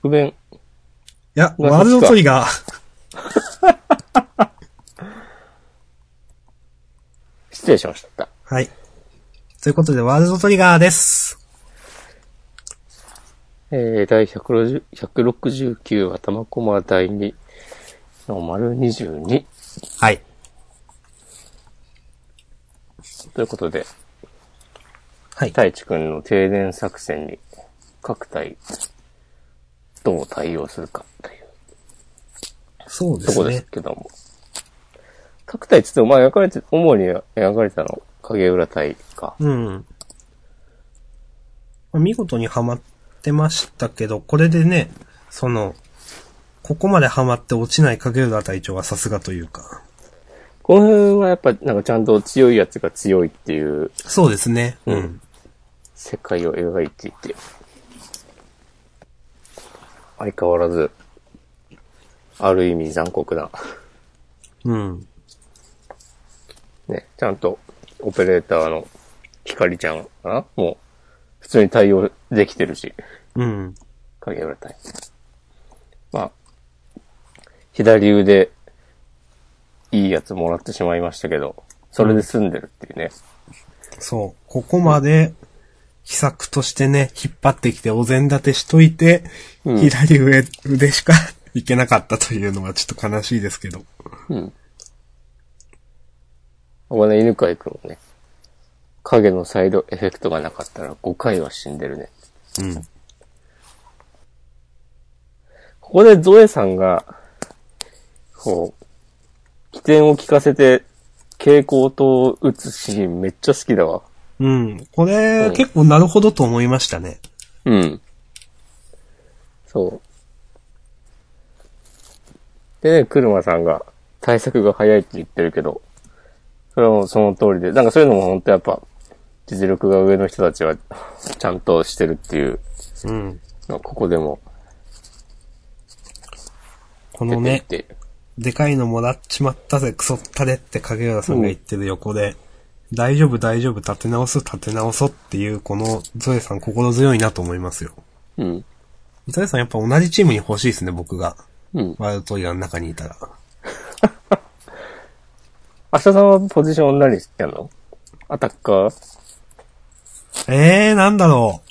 S1: 北弁。
S2: いや、
S1: うわ
S2: ワールドトリガー。
S1: 失礼しました。
S2: はい。ということで、ワールドトリガーです。
S1: えー、第160 169頭駒第2の丸22
S2: はい。
S1: ということで、
S2: はい。
S1: 太一くんの停電作戦に各隊どう対応するかという
S2: そうで
S1: とこ
S2: す
S1: ろで
S2: ね
S1: す。けども。各隊っつっても、まあ、描かれて、主に描かれたの、影浦隊か。
S2: うん。まあ見事にハマってましたけど、これでね、その、ここまでハマって落ちない影浦隊長はさすがというか。
S1: この辺はやっぱ、なんかちゃんと強いやつが強いっていう
S2: そうですね。
S1: うん
S2: うん
S1: 世界を描いていて、相変わらず、ある意味残酷な。
S2: うん。
S1: ね、ちゃんとオペレーターのひかりちゃんが、もう、普通に対応できてるし、
S2: うん。
S1: 影浦隊。まあ、左腕、いいやつもらってしまいましたけど、それで済んでるっていうね。
S2: そう。ここまで、秘策としてね、引っ張ってきてお膳立てしといて、
S1: うん
S2: 左上、腕しか いけなかったというのはちょっと悲しいですけど。
S1: うん。この犬飼君もね、影のサイドエフェクトがなかったら5回は死んでるね。
S2: うん。
S1: ここでゾエさんが、こう、起点を聞かせて、蛍光灯を打つシーンめっちゃ好きだわ。
S2: うん。これ、
S1: うん
S2: 結構なるほどと思いましたね。
S1: うん。そう。でね、車さんが対策が早いって言ってるけど、それはもうその通りで、なんかそういうのも本当やっぱ、実力が上の人たちはちゃんとしてるっていう
S2: うん。
S1: のはここでも
S2: こ
S1: 出
S2: の
S1: て
S2: ね
S1: き、て、
S2: でかいのもらっちまったぜ、クソったれって影浦さんが言ってる横で、大丈夫大丈夫、立て直す、立て直そうっていう、このゾエさん心強いなと思いますよ。
S1: うん。
S2: ゾエさんやっぱ同じチームに欲しいですね、僕が。
S1: うん。
S2: ワイルドトリガーの中にいたら。
S1: 明日さんはポジション何してんのアタッカー
S2: ええー、なんだろう。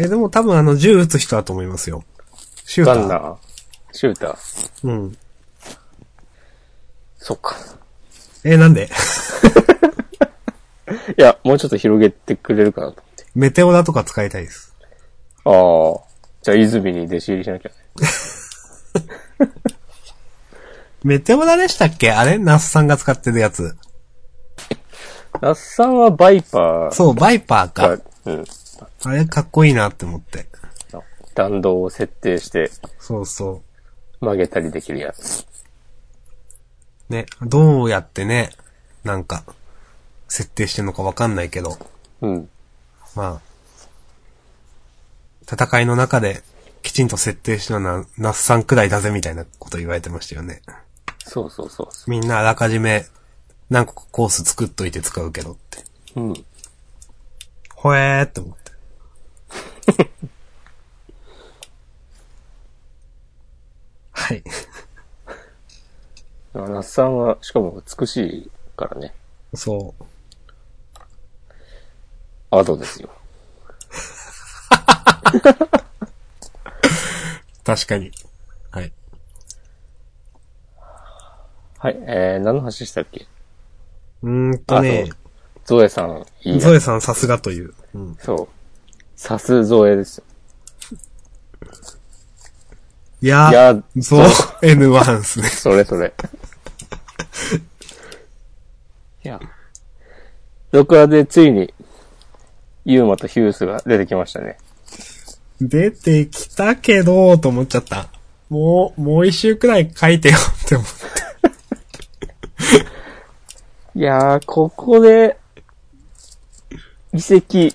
S2: えーでも多分あの、銃撃つ人だと思いますよ。シュータ
S1: ガ
S2: ー。
S1: ンナーシューター
S2: うん。
S1: そっか。
S2: えーなんで
S1: いや、もうちょっと広げてくれるかなと
S2: メテオラとか使いたいです。
S1: 思って。ああ。じゃあ、泉に弟子入りしなきゃね。
S2: メテオラでしたっけあれナスさんが使ってるやつ。
S1: ナッサンはバイパー
S2: そう、バイパーか。
S1: が、うん。
S2: あれかっこいいなって思って。
S1: 弾道を設定して
S2: そうそ
S1: 曲げたりできるやつ。
S2: う。ね、どうやってね、なんか、設定してんのかわかんないけど、
S1: うん。
S2: まあ、戦いの中できちんと設定したのはナッサンくらいだぜみたいなこと言われてましたよね。
S1: そうそうそうそ
S2: みんなあらかじめ何個かコース作っといて使うけどって。
S1: う。うん。
S2: ほえーって思 って。はい。
S1: ナッサンは、しかも美しいからね。
S2: そう。
S1: アドですよ。
S2: 確かに。はい。
S1: はい。えー、何の話でしたっけ
S2: うーんとね、
S1: ゾエさん、いいやつ
S2: ゾエさんさすがという。うん。
S1: そう。さすゾエですよ。
S2: いや
S1: いやー
S2: ゾエヌワンスね。
S1: それそれ。いや。録画でついに、ユーマとヒュースが出てきましたね。
S2: 出てきたけど、と思っちゃった。もう、もう一周くらい書いてよって思っ
S1: いやー、ここで、遺跡、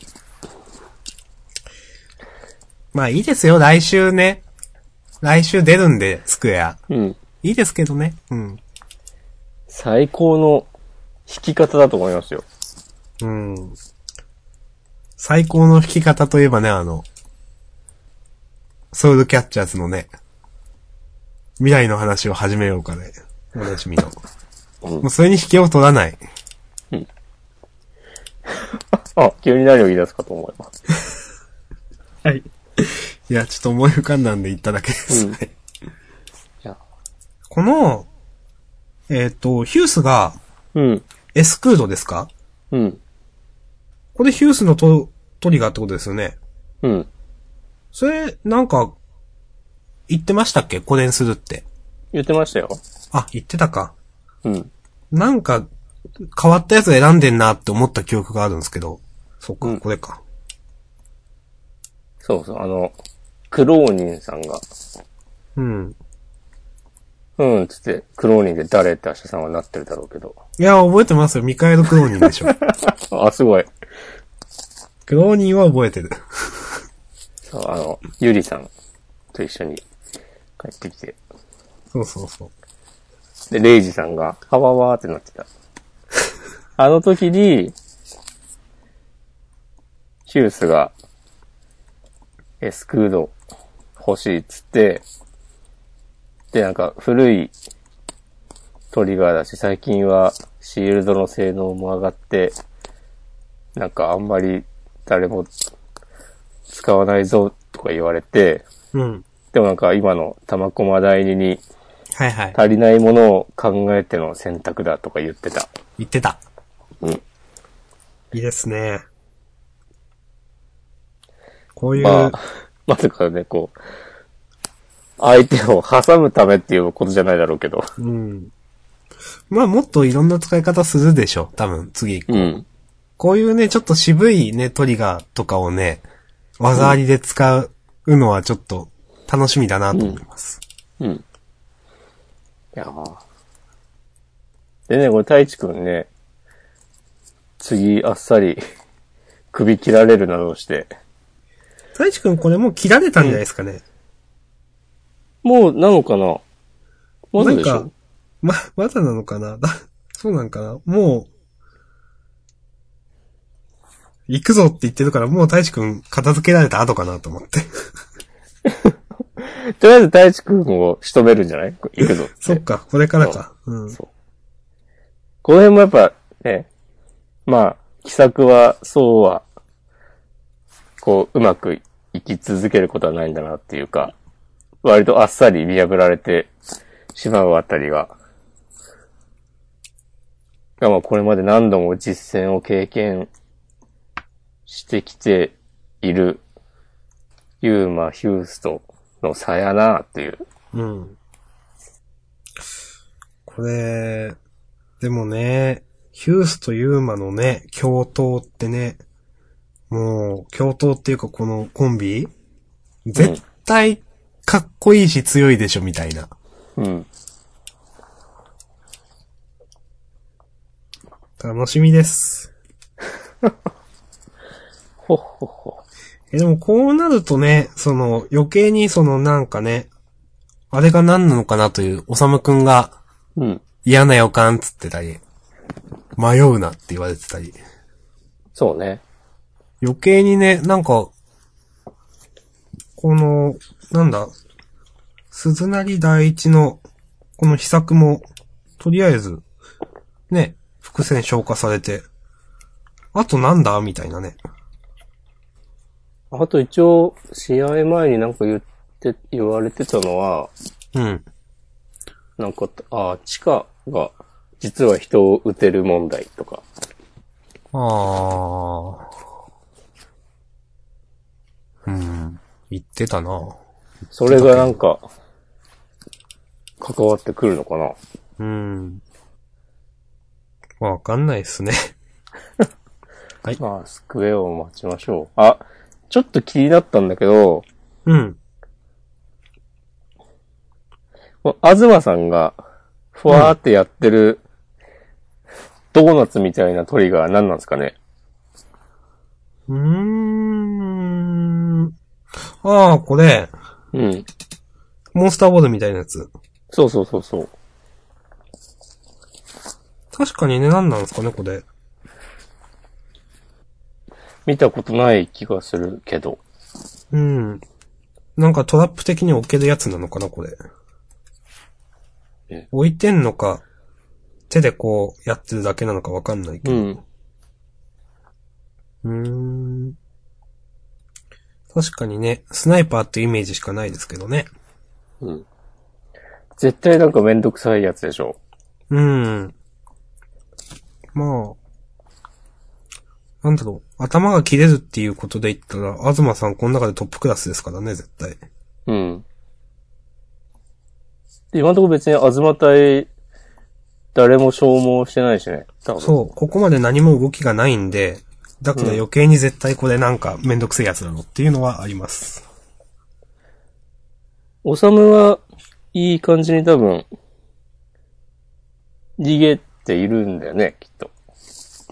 S2: まあいいですよ、来週ね。来週出るんで、スクエア。
S1: うん、
S2: いいですけどね。うん。
S1: 最高の弾き方だと思いますよ。
S2: うん。最高の弾き方といえばね、あの、ソウルキャッチャーズのね、未来の話を始めようかね。おなじみの。
S1: うん
S2: もうそれに引けを取らない。
S1: あ、急に何を言い出すかと思います。
S2: はい。いや、ちょっと思い浮かんだんで言っただけです。
S1: うん
S2: はい
S1: いや、
S2: この、えっ、と、ヒュースが、
S1: うん、
S2: エスクードですか
S1: うん、
S2: これヒュースのトトリガーってことですよね。
S1: うん。
S2: それ、なんか、言ってましたっけこれにするって。
S1: 言ってましたよ。
S2: あ、言ってたか。
S1: うん、
S2: なんか、変わったやつ選んでんなって思った記憶があるんですけど。そっか、
S1: うん
S2: これか。
S1: そうそう、あの、クローニンさんが、
S2: うん。
S1: うん、つって、クローニンで誰って明日さんはなってるだろうけど。
S2: いや、覚えてますよ。ミカエル・クローニン でしょ。
S1: あ、すごい。
S2: クローニンは覚えてる。
S1: そう、あの、ゆりさん。と一緒に帰ってきて。
S2: そうそうそう。
S1: で、レイジさんが、はわわーってなってた。あの時に、ヒュースが、エスクード欲しいっつって、で、なんか古いトリガーだし、最近はシールドの性能も上がって、なんかあんまり誰も使わないぞとか言われて、
S2: うん。
S1: でもなんか今の玉駒第二に
S2: はいはい。
S1: 足りないものを考えての選択だとか言ってた。
S2: 言ってた。
S1: うん
S2: いいですね。こういう、
S1: まあ、まさかね、こう、相手を挟むためっていうことじゃないだろうけど。
S2: うん。まあもっといろんな使い方するでしょ。多分、次。
S1: うん。
S2: こういうね、ちょっと渋いね、トリガーとかをね、技ありで使うのはちょっと楽しみだなと思います。
S1: うん。いやーでね、これ、太一くんね、次、あっさり、首切られるなどして、
S2: 大地君これもう切られたんじゃないですかね。
S1: もう、なのかなまだでし
S2: なん
S1: ょ
S2: か、ま、まだなのかなだ そうなんかなもう、行くぞって言ってるから、もう大地君片付けられた後かなと思 って。
S1: とりあえず、太一くんを仕留めるんじゃない行くぞって。
S2: そっか、これからか。うん。
S1: そう。この辺もやっぱ、ね、まあ、奇策は、そうは、こう、うまく生き続けることはないんだなっていうか、割とあっさり見破られてしまうあたりが、がまあ、これまで何度も実践を経験してきている、ユーマ・ヒューストの差やなっていう。
S2: うん。これ、でもね、ヒュースとユーマのね、共闘ってね、もう、共闘っていうかこのコンビ、絶対かっこいいし強いでしょみたいな。
S1: うん。
S2: 楽しみです。
S1: ほっほっほ。
S2: え、でもこうなるとね、その余計にそのなんかね、あれが何なのかなという、おさむくんが
S1: うん。
S2: 嫌な予感つってたり、迷うなって言われてたり。
S1: そうね。
S2: 余計にね、なんか、この、なんだ、鈴なり第一の、この秘策も、とりあえず、ね、伏線消化されて、あとなんだみたいなね。
S1: あと一応、試合前になんか言って、言われてたのは、
S2: うん。
S1: なんか、あ、地下が、実は人を撃てる問題とか。
S2: あー。うん。言ってたな。
S1: それがなんか、関わってくるのかな。
S2: うん。わかんないっすね。
S1: まあ、スクエアを待ちましょう。あ、ちょっと気になったんだけど、
S2: うん。
S1: あずまさんが、ふわーってやってる、ドーナツみたいなトリガー何なんですかね。
S2: うーん。ああ、これ、
S1: うん。
S2: モンスターボールみたいなやつ。
S1: そうそうそうそう。
S2: 確かにね、何なんですかね、これ。
S1: 見たことない気がするけど。
S2: うん。なんかトラップ的に置けるやつなのかな、これ
S1: え。
S2: 置いてんのか、手でこうやってるだけなのかわかんないけ
S1: う
S2: ど。
S1: ん。
S2: うーん。確かにね、スナイパーってイメージしかないですけどね。
S1: うん。絶対なんかめんどくさいやつでしょ。
S2: うん。まあ。なんだろう。頭が切れるっていうことで言ったら、東さんこの中でトップクラスですからね、絶対。
S1: うん。で今のところ別に東隊、誰も消耗してないしね。多分
S2: そう、ここまで何も動きがないんで、だから余計に絶対これなんかめんどくせえやつなのっていうのはあります。
S1: おさむは、いい感じに多分、逃げているんだよね、きっと。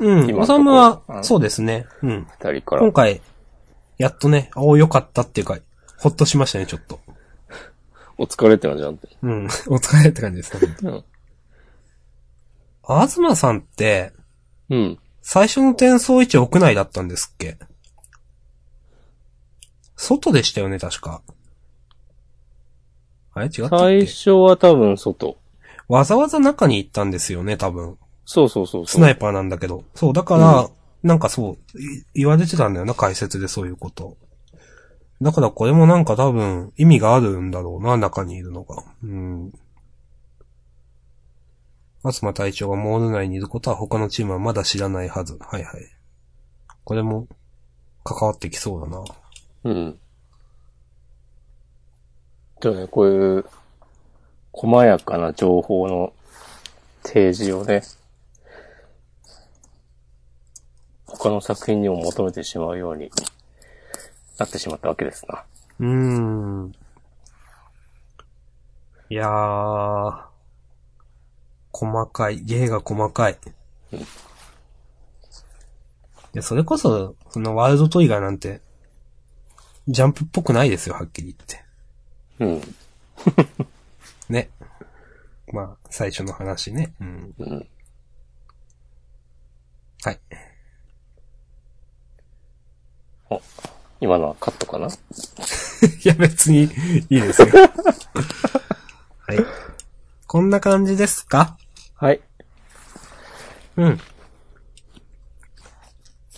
S2: うん。
S1: 今のとこ
S2: お
S1: ろ
S2: さむは
S1: う、ん
S2: そうですね。うん。
S1: 二人から
S2: 今。回、やっとね、あお、良かったっていうか、ほっとしましたね、ちょっと。
S1: お疲れって感じなんて。
S2: うん。お疲れって感じです ね。
S1: うん。
S2: あずまさんって、
S1: うん。
S2: 最初の転送位置屋内だったんですっけ外でしたよね、確か。あれ違ったっ
S1: 最
S2: け
S1: 初は多分外。
S2: わざわざ中に行ったんですよね、多分。
S1: そうそうそうそう。
S2: スナイパーなんだけど。そう、だから、なんかそう、い言われてたんだよな、解説でそういうこと。だからこれもなんか多分、意味があるんだろうな、中にいるのが。うん。松間隊長がモール内にいることは他のチームはまだ知らないはず。はいはい。これも、関わってきそうだな。
S1: うん。でもね、こういう、細やかな情報の提示をね、他の作品にも求めてしまうようになってしまったわけですな。
S2: うーん。いやー。細かい。芸が細かい。で、それこそ、そのワールドトリガーなんて、ジャンプっぽくないですよ、はっきり言って。
S1: うん。
S2: ね。まあ、最初の話ね。うん。
S1: うん。
S2: はい。
S1: 今のはカットかない
S2: や、別に、いいですよ。はい。こんな感じですか
S1: はい。
S2: うん。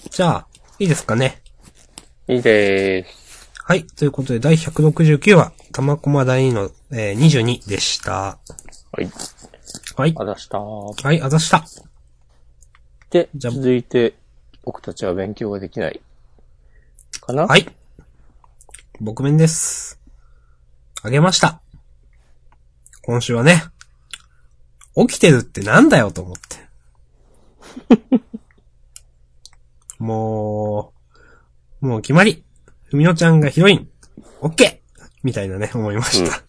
S2: じゃあ、いいですかね。
S1: いいでーす。
S2: はい。ということで、第169話、玉駒第2の、えー、22でした。
S1: はい。
S2: はい。
S1: あざしたー。
S2: はい、あざした。
S1: で、
S2: じゃあ
S1: 続いて、僕たちは勉強ができない。かな
S2: はい。僕面です。あげました。今週はね、起きてるってなんだよと思って。 もう、もう決まり。ふみのちゃんがヒロイン。オッケーみたいなね、思いました。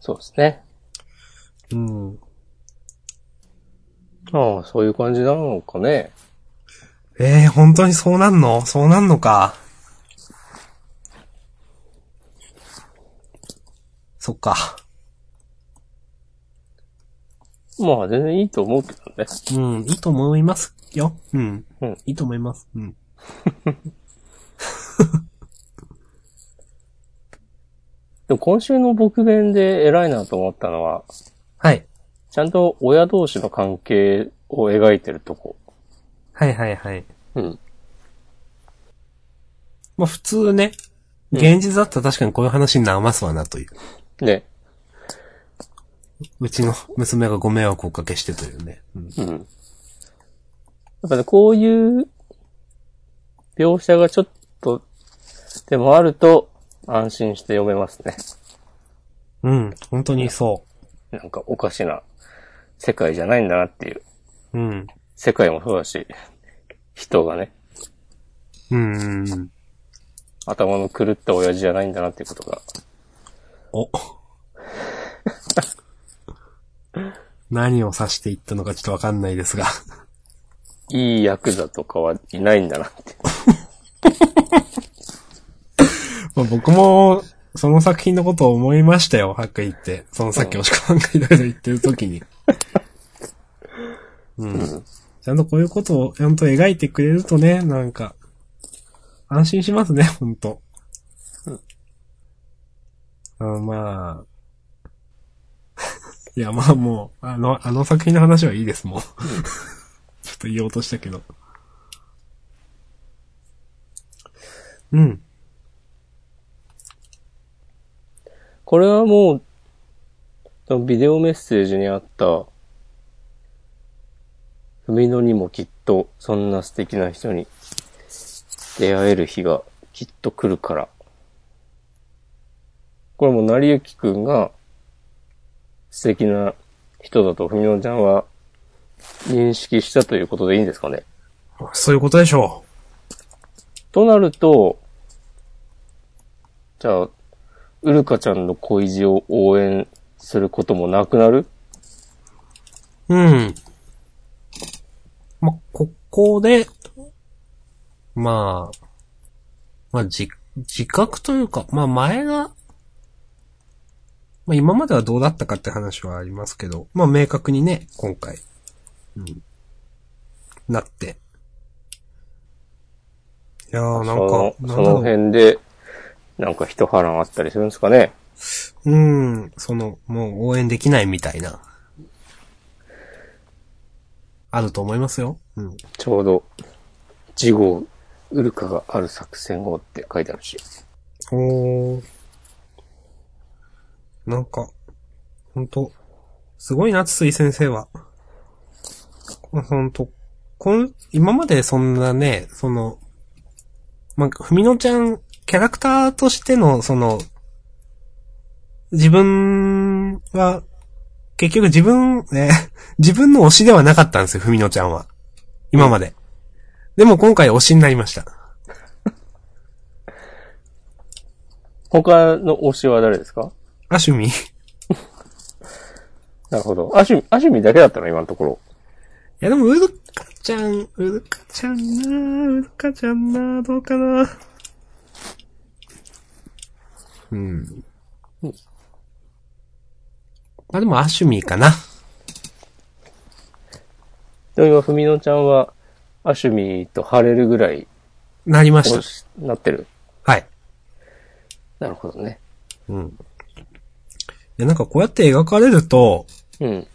S1: そうですね。
S2: うん。
S1: ああ、そういう感じなのかね。
S2: ええー、本当にそうなんのそうなんのか。そっか。
S1: まあ、全然いいと思うけどね。
S2: うん、いいと思いますよ。うん。
S1: うん
S2: いいと思います。うん。
S1: でも今週の僕弁で偉いなと思ったのは、
S2: はい。
S1: ちゃんと親同士の関係を描いてるとこ。
S2: はいはいはい。
S1: うん。
S2: まあ普通ね、現実だったら確かにこういう話になますわなという。
S1: ね。
S2: うちの娘がご迷惑をおかけしてというね。うん。
S1: うん。やっぱね、こういう描写がちょっとでもあると安心して読めますね。
S2: うん、本当にそ
S1: なんかおかしな世界じゃないんだなっていう。
S2: う。うん。
S1: 世界もそうだし、人がね、
S2: うんうんうん。
S1: 頭の狂った親父じゃないんだなっていうことが。
S2: お。何を指していったのかちょっとわかんないですが。
S1: いいヤクザとかはいないんだなって。
S2: まあ僕も、その作品のことを思いましたよ、はっきり言って。そのさっき押し込まんがいろいろ言ってる時に。うん。ちゃんとこういうことをちゃんと描いてくれるとね、なんか、安心しますね、ほんと。うん。まあ。 いや、まあもう、あの、あの作品の話はいいです、も う。ちょっと言おうとしたけど。うん。
S1: これはもう、ビデオメッセージにあった、海野にもきっとそんな素敵な人に出会える日がきっと来るから。これもう成ゆきくんが素敵な人だと文野ちゃんは認識したということでいいんですかね。
S2: そういうことでしょ
S1: となると、じゃあ、うるかちゃんの恋路を応援することもなくなる
S2: う。うん。ま、ここで、まあ、まあ、じ、自覚というか、まあ前が、まあ今まではどうだったかって話はありますけど、まあ明確にね、今回、うん、なって。いやー
S1: そ
S2: なんか
S1: の、
S2: なんだ
S1: そ
S2: ろう
S1: の辺で、なんか一波乱あったりするんですかね。
S2: うん、その、もう応援できないみたいな。あると思いますよ。うん。
S1: ちょうど、事後、ウルカがある作戦をって書いてあるし。
S2: おー。なんか、ほんと、すごいな、筒井先生は。ほんと、こん、今までそんなね、その、まあ、ふみのちゃん、キャラクターとしての、その、自分は、結局自分、ね、 自分の推しではなかったんですよ、ふみのちゃんは。今まで。でも今回推しになりました。
S1: 他の推しは誰ですか
S2: アシュミ。
S1: なるほど。アシュ、アシュミだけだったの今のところ。
S2: いやでも、うるかちゃん、うるかちゃんなぁ、うるかちゃんなぁ、どうかなぁ。うん。まあでも、アシュミーかな。
S1: でも今、ふみのちゃんは、アシュミと晴れるぐらい、
S2: なりまし
S1: 推
S2: た。
S1: し、なってる。
S2: はい。
S1: なるほどね。
S2: うん。いや、なんかこうやって描かれると、
S1: うん。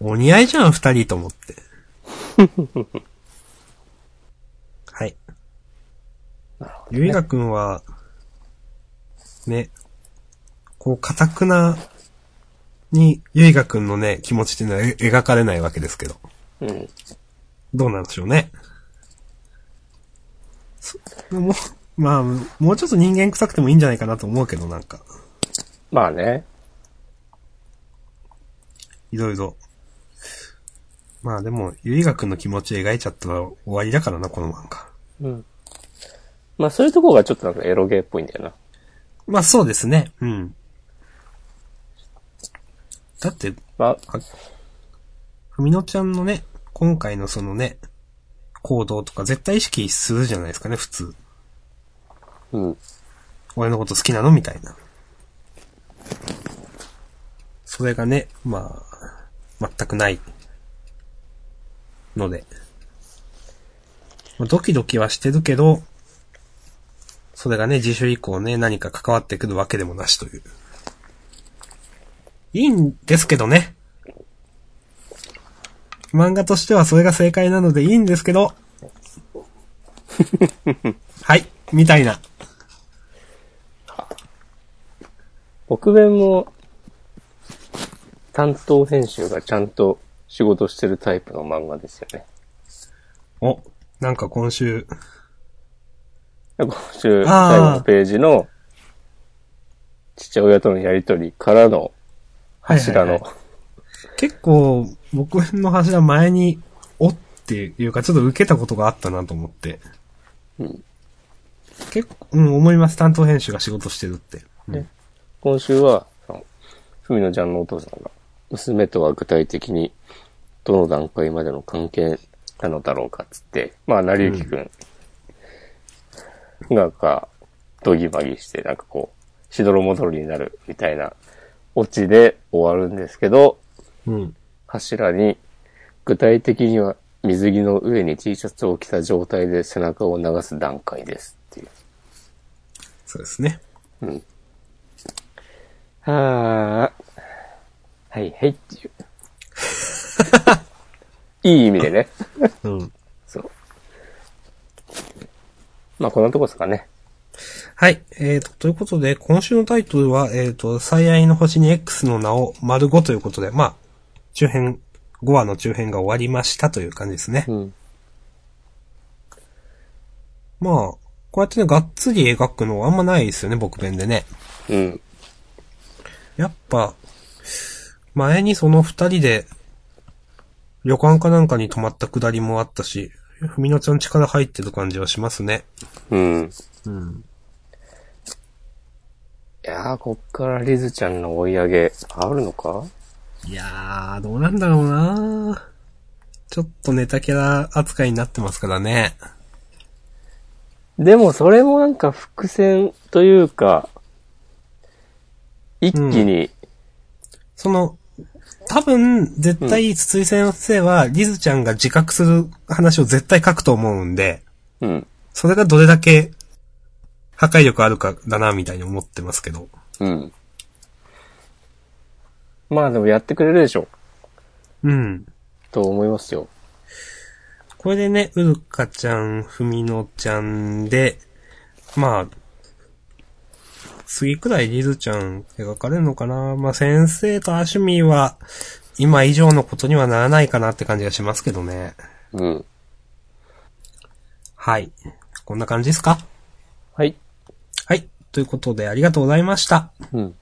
S2: お似合いじゃん、二人と思 って。はい。ゆいがくんは、ね、こう、かたくなに、ゆいがくんのね、気持ちっていうのはえ描かれないわけですけど。
S1: うん。
S2: どうなんでしょうね。そもう、まあ、もうちょっと人間臭くてもいいんじゃないかなと思うけど、なんか、
S1: まあね。
S2: いろいろ。まあでも、ゆいがくんの気持ち描いちゃったら終わりだからな、この漫画。
S1: うん。まあそういうとこがちょっとなんかエロゲーっぽいんだよな。
S2: まあそうですね。うん。だって、
S1: まあ、
S2: あふみのちゃんのね、今回のそのね、行動とか絶対意識するじゃないですかね、普通。
S1: うん。
S2: 俺のこと好きなのみたいな。それがね、まあ、全くない。ので。まあドキドキはしてるけど、それがね、自主以降ね、何か関わってくるわけでもなしという。いいんですけどね。漫画としてはそれが正解なのでいいんですけど。はい、みたいな。
S1: 僕弁も、担当編集がちゃんと仕事してるタイプの漫画ですよね。
S2: お、なんか今週、
S1: 今週、
S2: あー
S1: 最後のページの、父親とのやりとりからの柱
S2: はい
S1: の
S2: はい、結構、僕の柱前に、おっていうか、ちょっと受けたことがあったなと思って。
S1: うん
S2: 結構、うん、思います。担当編集が仕事してるって。うん
S1: ね今週は、そのふみのちゃんのお父さんが、娘とは具体的に、どの段階までの関係なのだろうかっつって、まあ、成りゆきくんが、なんか、ドギマギして、なんかこう、しどろもどろになるみたいな、オチで終わるんですけど、
S2: うん。
S1: 柱に、具体的には水着の上に T シャツを着た状態で背中を流す段階ですっていう。
S2: そうですね。
S1: うん。はあ、はいはいって いう。いい意味でね。
S2: うん。
S1: そう。まあこんなとこですかね。
S2: はい。えーと、ということで、今週のタイトルは、えーと、最愛の星に X の名を丸5ということで、まあ、中編、5話の中編が終わりましたという感じですね。
S1: うん。
S2: まあ、こうやってね、がっつり描くのはあんまないですよね、僕弁でね。
S1: うん。
S2: やっぱ、前にその二人で、旅館かなんかに泊まった下りもあったし、ふみのちゃん力入ってる感じはしますね。
S1: うん。
S2: うん。
S1: いやー、こっからリズちゃんの追い上げ、あるのか
S2: いやー、どうなんだろうなちょっとネタキャラ扱いになってますからね。
S1: でもそれもなんか伏線というか、一気に
S2: その、多分、絶対、筒井先生は、リズちゃんが自覚する話を絶対書くと思うんで、
S1: うん。
S2: それがどれだけ、破壊力あるかだな、みたいに思ってますけど。
S1: うん。まあでもやってくれるでしょ。
S2: うん。
S1: と思いますよ。
S2: これでね、うるかちゃん、ふみのちゃんで、まあ、次くらいリズちゃん描かれるのかなまあ先生とアシュミーは、今以上のことにはならないかなって感じがしますけどね。
S1: うん。
S2: はい。こんな感じですか
S1: はい。
S2: はい。ということで、ありがとうございました。
S1: うん。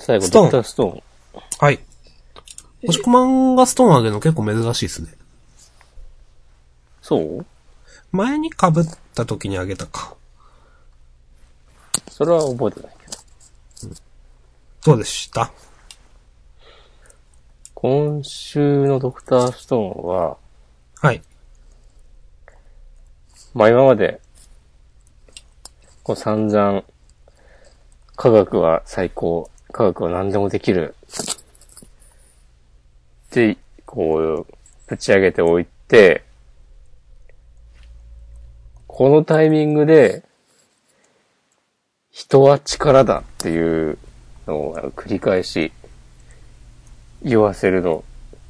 S1: 最後、
S2: ストー
S1: ド
S2: ン
S1: クターストーン。
S2: はい。押し込まんがストーンあげるの結構珍しいですね。
S1: そう
S2: 前に被った時にあげたか。
S1: それは覚えてないけど。
S2: どうでした
S1: 今週のドクターストーンは、
S2: はい。
S1: まあ今まで、こう散々、科学は最高、科学は何でもできる。って、こう、ぶち上げておいて、このタイミングで、人は力だっていうのを繰り返し言わせるの、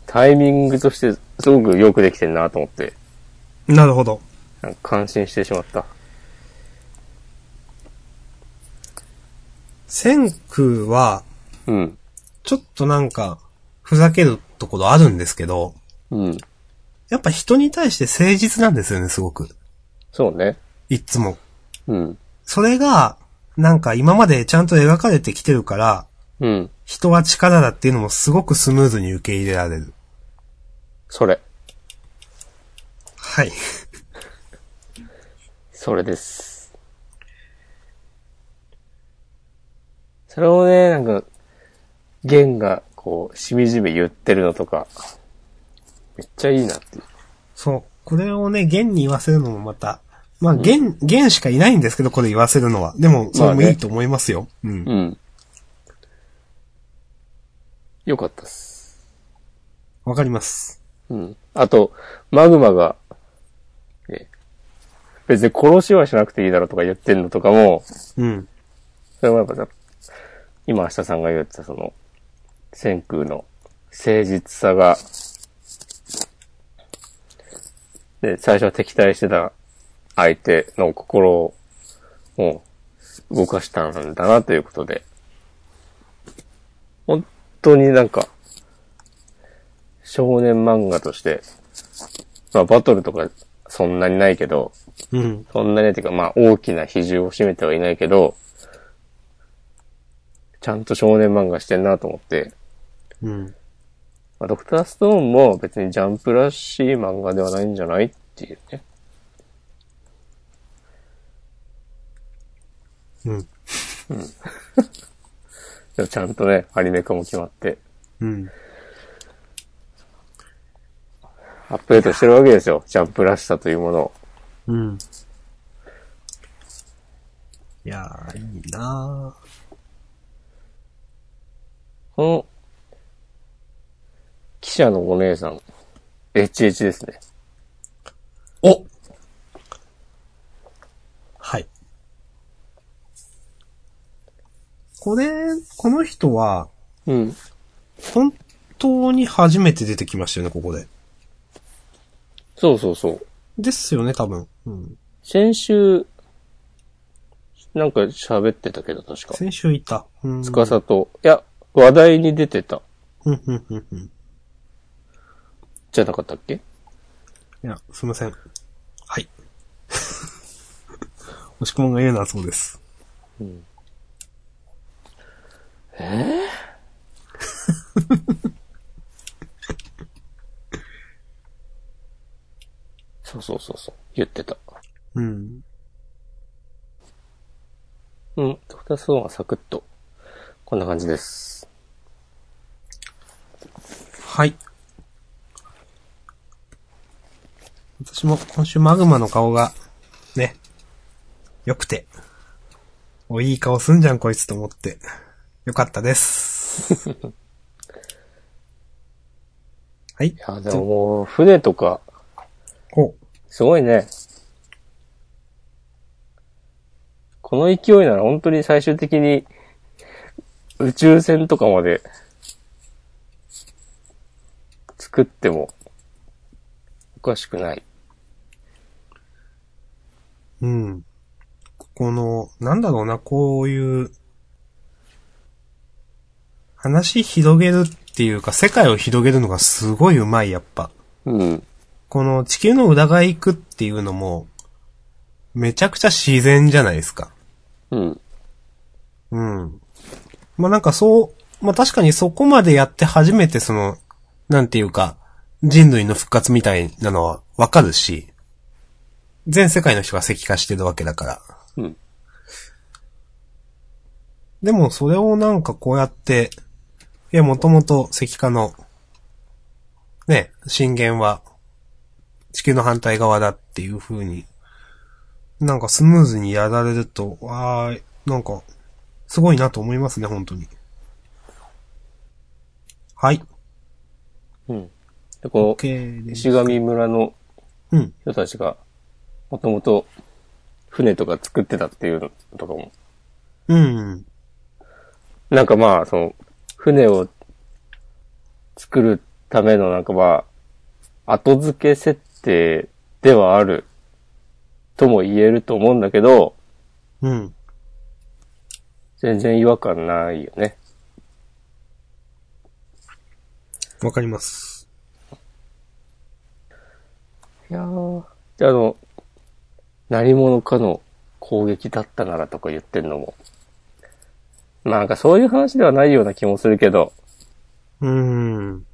S1: タイミングとしてすごくよくできてるなと思って。
S2: なるほど。
S1: なんか感心してしまった。
S2: 千空は、
S1: うん。
S2: ちょっとなんか、ふざけるところあるんですけど、
S1: うん。
S2: やっぱ人に対して誠実なんですよね、すごく。
S1: そうね。
S2: いっつも。
S1: うん。
S2: それが、なんか今までちゃんと描かれてきてるから、
S1: うん。
S2: 人は力だっていうのもすごくスムーズに受け入れられる。
S1: それ。
S2: はい。
S1: それです。それをね、なんか、弦が、こう、しみじみ言ってるのとか、めっちゃいいなっていう。
S2: そう。これをね、現に言わせるのもまた、まあ、現、現しかいないんですけど、これ言わせるのは。でも、それも
S1: まあ
S2: い
S1: ね
S2: いと思いますよ。うん。
S1: うん。よかったっす。
S2: わかります。
S1: うん。あと、マグマが、え別に殺しはしなくていいだろうとか言ってんのとかも、
S2: うん。
S1: それもやっぱさ、今、明日さんが言ってたその、千空の誠実さが、で、最初は敵対してた相手の心を、もう、動かしたんだなということで、本当になんか、少年漫画として、まあ、バトルとかそんなにないけど、
S2: うん。
S1: そんなにっていうか、まあ大きな比重を占めてはいないけど、ちゃんと少年漫画してんなと思って、
S2: うん。
S1: まあ、ドクターストーンも別にジャンプらしい漫画ではないんじゃないっていうね。
S2: うん。
S1: でもちゃんとね、アニメ化も決まって、
S2: うん。
S1: アップデートしてるわけですよ。ジャンプらしさというものを。
S2: うん。いやー、いいなー
S1: この、記者のお姉さん、HH ですね。
S2: おはい。これ、この人は、
S1: うん。
S2: 本当に初めて出てきましたよね、ここで。
S1: そうそうそう。
S2: ですよね、多分。うん。
S1: 先週、なんか喋ってたけど、確か。
S2: 先週いた。うん。
S1: つかさと、いや、話題に出てた。
S2: うん、うん、うん、うん。い
S1: じゃなかったっけ
S2: や、すいません。はい。 押し込みが言うのはそうです。
S1: そうそうそうそう。言ってた。
S2: うん。
S1: うん。ドクターストーンはサクッと。こんな感じです。
S2: はい。私も今週マグマの顔が、ね、良くて、お、いい顔すんじゃんこいつと思って、よかったです。はい。
S1: や、でももう、船とか、
S2: お、
S1: すごいね。この勢いなら本当に最終的に宇宙船とかまで作ってもおかしくない。
S2: うん。この、なんだろうな、こういう、話広げるっていうか、世界を広げるのがすごい上手い、やっぱ。
S1: うん。
S2: この地球の裏側行くっていうのも、めちゃくちゃ自然じゃないですか。
S1: うん。
S2: うん。まあ、なんかそう、まあ、確かにそこまでやって初めてその、なんていうか、人類の復活みたいなのはわかるし、全世界の人が石化してるわけだから。
S1: うん。
S2: でもそれをなんかこうやって、いや、もともと石化の、ね、震源は地球の反対側だっていう風に、なんかスムーズにやられると、わーい、なんか、すごいなと思いますね、本当に。はい。
S1: うん。で、この
S2: OK です。
S1: 石神村の
S2: うん。
S1: 人たちがもともと船とか作ってたっていうのとかも
S2: うん。
S1: なんかまあ、その、船を作るためのなんかまあ、後付け設定ではあるとも言えると思うんだけど、
S2: うん。
S1: 全然違和感ないよね。
S2: わかります。
S1: いやー。で、あの、何者かの攻撃だったならとか言ってんのも。まあなんかそういう話ではないような気もするけど、
S2: うん。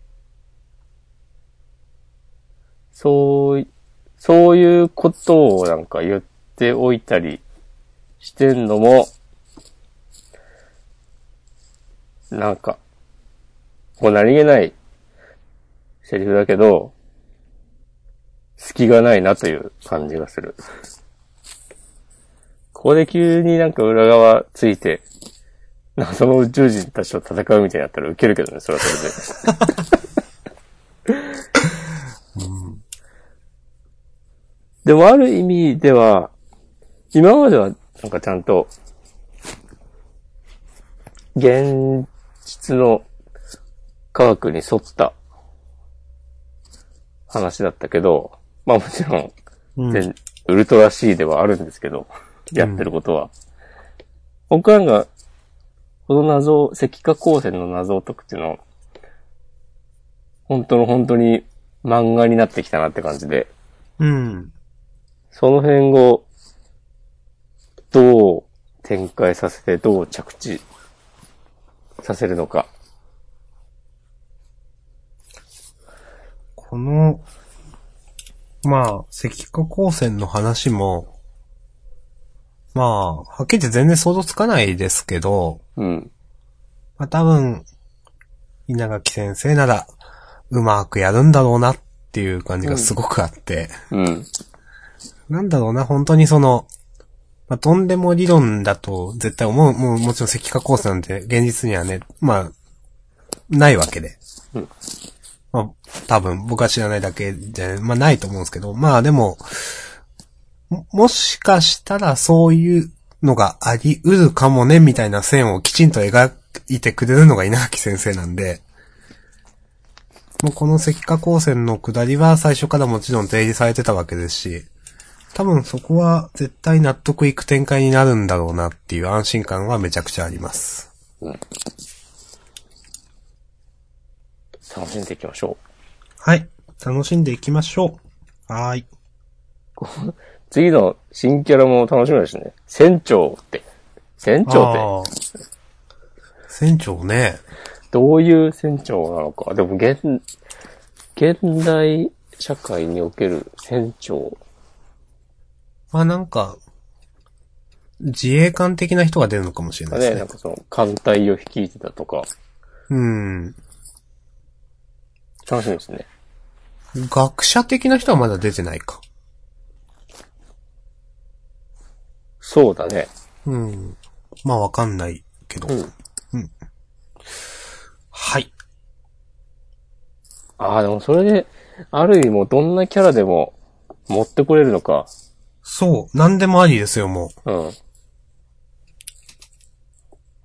S1: そうい、そういうことをなんか言っておいたりしてんのも、なんか、こう何気ないセリフだけど、隙がないなという感じがする。ここで急になんか裏側ついて、謎の宇宙人たちと戦うみたいになったらウケるけどね、それはそれで。でもある意味では、今まではなんかちゃんと、現実の科学に沿った話だったけど、まあもちろん、
S2: うん。
S1: 全ウルトラ C ではあるんですけど、やってることは。僕なんか、この謎を、石化光線の謎を解くっていうのは、本当の本当に漫画になってきたなって感じで。
S2: うん。
S1: その辺を、どう展開させて、どう着地させるのか。
S2: この、まあ、石化光線の話も、まあ、はっきり言って全然想像つかないですけど、
S1: うん。
S2: まあ多分、稲垣先生なら、うまくやるんだろうなっていう感じがすごくあって、
S1: うん。
S2: なんだろうな、本当にその、まあ、とんでも理論だと絶対思う、もうもちろん石化コースなんて現実にはね、まあ、ないわけで。
S1: うん
S2: まあ、多分僕は知らないだけで、まあないと思うんですけど、まあでも、ももしかしたらそういうのがあり得るかもね、みたいな線をきちんと描いてくれるのが稲垣先生なんで、もうこの石化光線の下りは最初からもちろん提示されてたわけですし、多分そこは絶対納得いく展開になるんだろうなっていう安心感はめちゃくちゃあります。
S1: 楽しんでいきましょう。
S2: はい。楽しんでいきましょう。はーい。
S1: 次の新キャラも楽しみですね。船長って。船長っ
S2: あー船長ね。
S1: て、どういう船長なのか。でも、現、現代社会における船長。
S2: まあなんか、自衛官的な人が出るのかもしれないです
S1: ね、
S2: ね。
S1: なんかその、艦隊を率いてたとか、
S2: うん。
S1: 楽しみですね。
S2: 学者的な人はまだ出てないか。
S1: そうだね。
S2: うん。まあわかんないけど。
S1: うん
S2: はい。
S1: ああ、でもそれで、ある意味もうどんなキャラでも持ってこれるのか。
S2: そう。なんでもありですよ、も
S1: うん。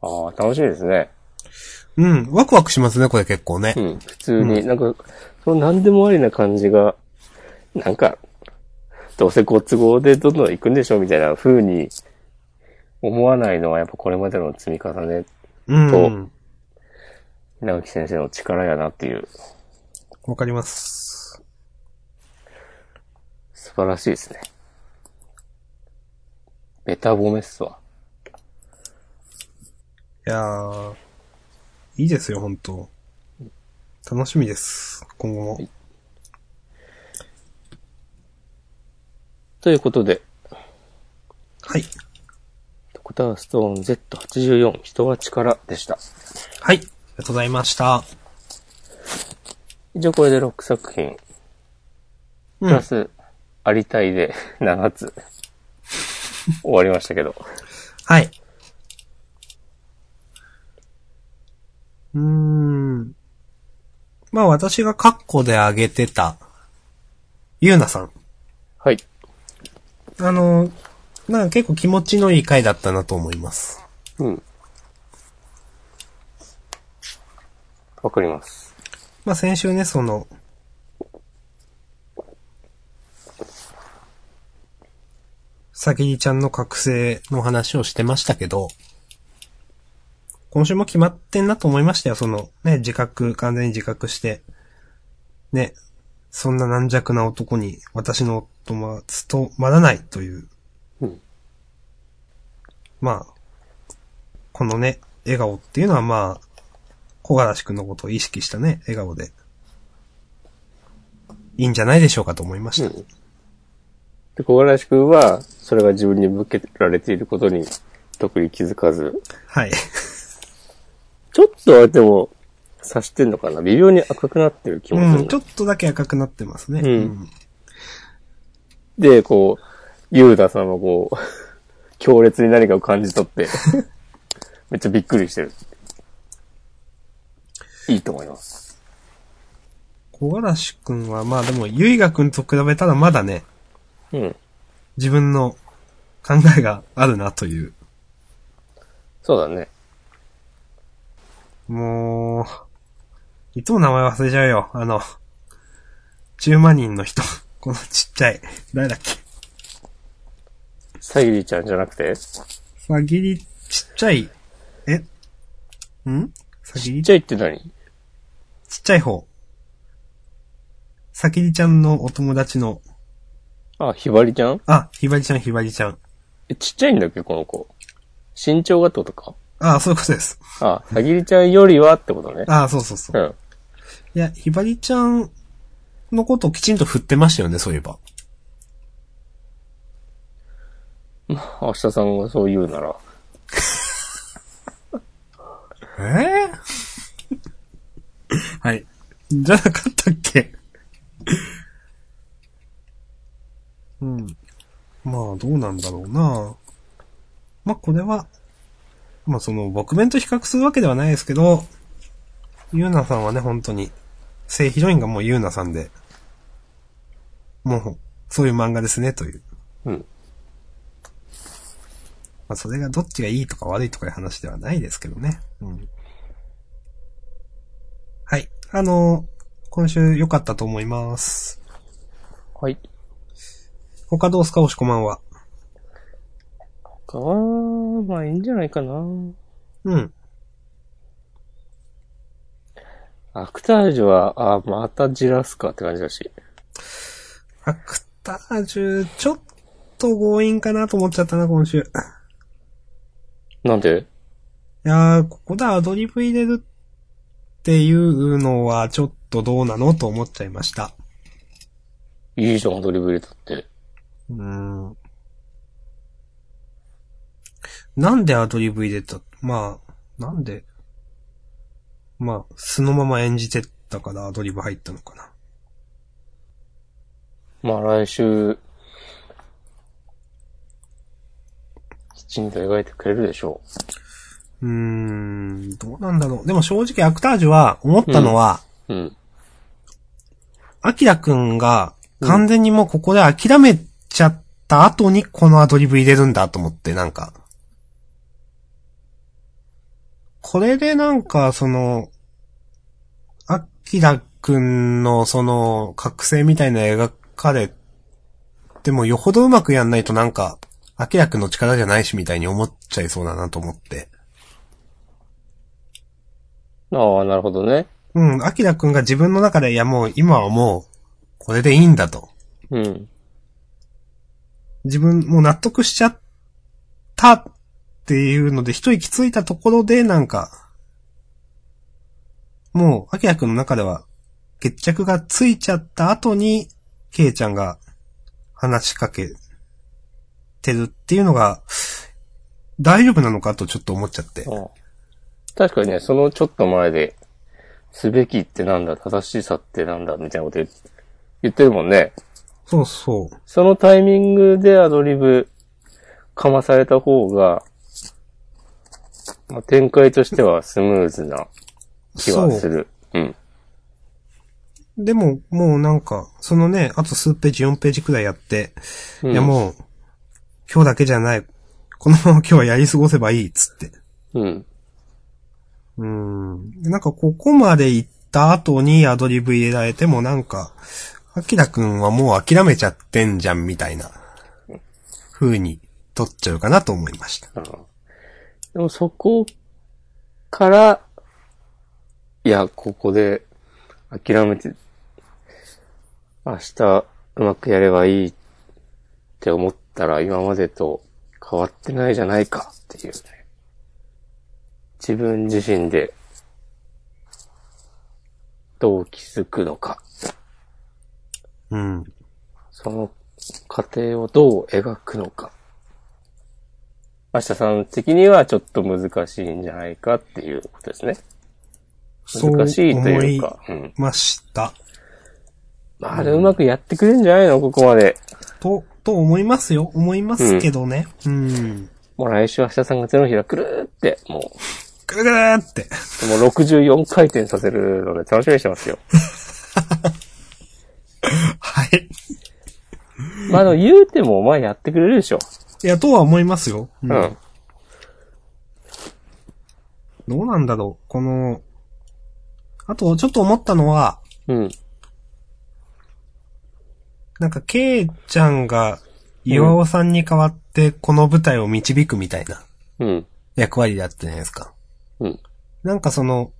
S1: ああ、楽しみですね。
S2: う。うん。ワクワクしますね、これ結構ね
S1: う。ん。普通に、なんか、その何でもありな感じが、なんか、どうせご都合でどんどん行くんでしょみたいな風に思わないのはやっぱこれまでの積み重ね、
S2: うん。
S1: 稲垣先生の力やなっていう、
S2: わかります。
S1: 素晴らしいですね。ベタ褒めっすわ。
S2: いやー、いいですよ、本当楽しみです。今後も。
S1: ということで、
S2: はい。
S1: ドクターストーン Z84 人は力でした。
S2: はい。ありがとうございました。
S1: 以上これで6作品、
S2: う
S1: プ
S2: ん
S1: ラ。ス、ありたいで7つ、終わりましたけど。
S2: はい。うーん。まあ私がカッコで挙げてた、ゆうなさん。
S1: はい。
S2: あの、なんか結構気持ちのいい回だったなと思います。
S1: うん。わかります。
S2: まあ先週ね、その、さきりちゃんの覚醒の話をしてましたけど、今週も決まってんなと思いましたよ。その、ね、自覚、完全に自覚して、ね、そんな軟弱な男に私の友達とまらないという。
S1: うん
S2: まあ、このね、笑顔っていうのはまあ、小柄しくんのことを意識したね、笑顔で。いいんじゃないでしょうかと思いました。
S1: うんで、小柄君は、それが自分に向けられていることに、特に気づかず、
S2: はい。
S1: ちょっとはでも、察してんのかな微妙に赤くなってる気もする
S2: う
S1: の、
S2: ん、ちょっとだけ赤くなってますね。
S1: うん
S2: うん
S1: で、こう、ユーダさんはこう、 強烈に何かを感じ取って、 めっちゃびっくりしてる。いいと思います。
S2: 小柄しくんは、まあでも、ゆいがくんと比べたらまだね、
S1: うん。
S2: 自分の考えがあるなという。
S1: そうだね。
S2: もう、いつも名前忘れちゃうよ。あの、10万人の人。 このちっちゃい。誰だっけ。
S1: サギリちゃんじゃなくて、ち
S2: さぎり、ちっちゃい、えんさぎり
S1: っちゃいって何
S2: ちっちゃい方。さきりちゃんのお友達の、
S1: あ、ひばりちゃん
S2: あ、ひばりちゃん、ひばりちゃん。
S1: え、ちっちゃいんだっけこの子。身長がってことか
S2: あそういうことです。
S1: あ、サギリちゃんよりはってことね。
S2: あそうそうそう
S1: う。ん。
S2: いや、ひばりちゃんのことをきちんと振ってましたよね、そういえば。
S1: 明日さんがそう言うなら。
S2: ええはい。じゃなかったっけうん。まあ、どうなんだろうな。まあ、これは、まあ、その、僕面と比較するわけではないですけど、ゆうなさんはね、本当に、正ヒロインがもうゆうなさんで、もう、そういう漫画ですね、という。
S1: うん。
S2: まあ、それがどっちがいいとか悪いとかいう話ではないですけどね。うん。はい。あの今週良かったと思います。
S1: はい。
S2: 他どうすか、おしこまんは。
S1: かは、まあいいんじゃないかな。
S2: うん。
S1: アクタージュは、あ、またじらすかって感じだし。
S2: アクタージュ、ちょっと強引かなと思っちゃったな、今週。い
S1: なんで
S2: やー、ここでアドリブ入れるっていうのは、ちょっとどうなのと思っちゃいました。
S1: いいじゃん、アドリブ入れたって。
S2: うーん。なんでアドリブ入れたまあ、なんでまあ、そのまま演じてったからアドリブ入ったのかな。
S1: まあ来週、きちんと描いてくれるでしょ
S2: ううーん、どうなんだろう。でも正直アクタージュは思ったのは、
S1: うん。
S2: アキラくんが完全にもうここで諦めちゃった後にこのアドリブ入れるんだと思って、なんか。これでなんか、その、アキラくんのその、覚醒みたいな描かれてもよほどうまくやんないとなんか、アキラくんの力じゃないしみたいに思っちゃいそうだなと思って。
S1: ああ、なるほどね。
S2: うん、アキラくんが自分の中で、いやもう今はもう、これでいいんだと。
S1: うん。
S2: 自分もう納得しちゃったっていうので、一息ついたところで、なんか、もう、アキラくんの中では、決着がついちゃった後に、ケイちゃんが話しかけてるっていうのが、大丈夫なのかとちょっと思っちゃって。
S1: ああ確かにね、そのちょっと前で、すべきってなんだ、正しさってなんだ、みたいなこと言言ってるもんね。
S2: そうそう。
S1: そのタイミングでアドリブかまされた方が、まあ、展開としてはスムーズな気はする。うん。
S2: でも、もうなんか、そのね、あと数ページ、4ページくらいやって、
S1: うん
S2: いやもう、今日だけじゃない。このまま今日はやり過ごせばいい、っつって。
S1: うん。
S2: うん。なんかここまで行った後にアドリブ入れられてもなんか、アキラくんはもう諦めちゃってんじゃんみたいな風に取っちゃうかなと思いました。
S1: ああでもそこから、いや、ここで諦めて、明日うまくやればいいって思ったら今までと変わってないじゃないかっていうね。自分自身でどう気づくのか。
S2: うん。
S1: その過程をどう描くのか。明日さん的にはちょっと難しいんじゃないかっていうことですね。
S2: そう
S1: 難しいと
S2: 思
S1: いう
S2: い
S1: か。うん。
S2: ました。
S1: まあ、でうまくやってくれるんじゃないのここまで。
S2: と、と思いますよ。思いますけどね。うん。
S1: もう来週明日さんが手のひらくるーって、も
S2: ぐるぐるーって。
S1: う、もう64回転させるので楽しみにしてますよ。
S2: はい。
S1: まあ、でも言うてもお前やってくれるでしょ。
S2: いや、とは思いますよ。う
S1: うん。うん。
S2: どうなんだろう。この、あと、ちょっと思ったのは、
S1: うん。
S2: なんか、ケイちゃんが、岩尾さんに代わって、この舞台を導くみたいな
S1: うん。
S2: 役割だったじゃないですか。
S1: うん。
S2: なんかその、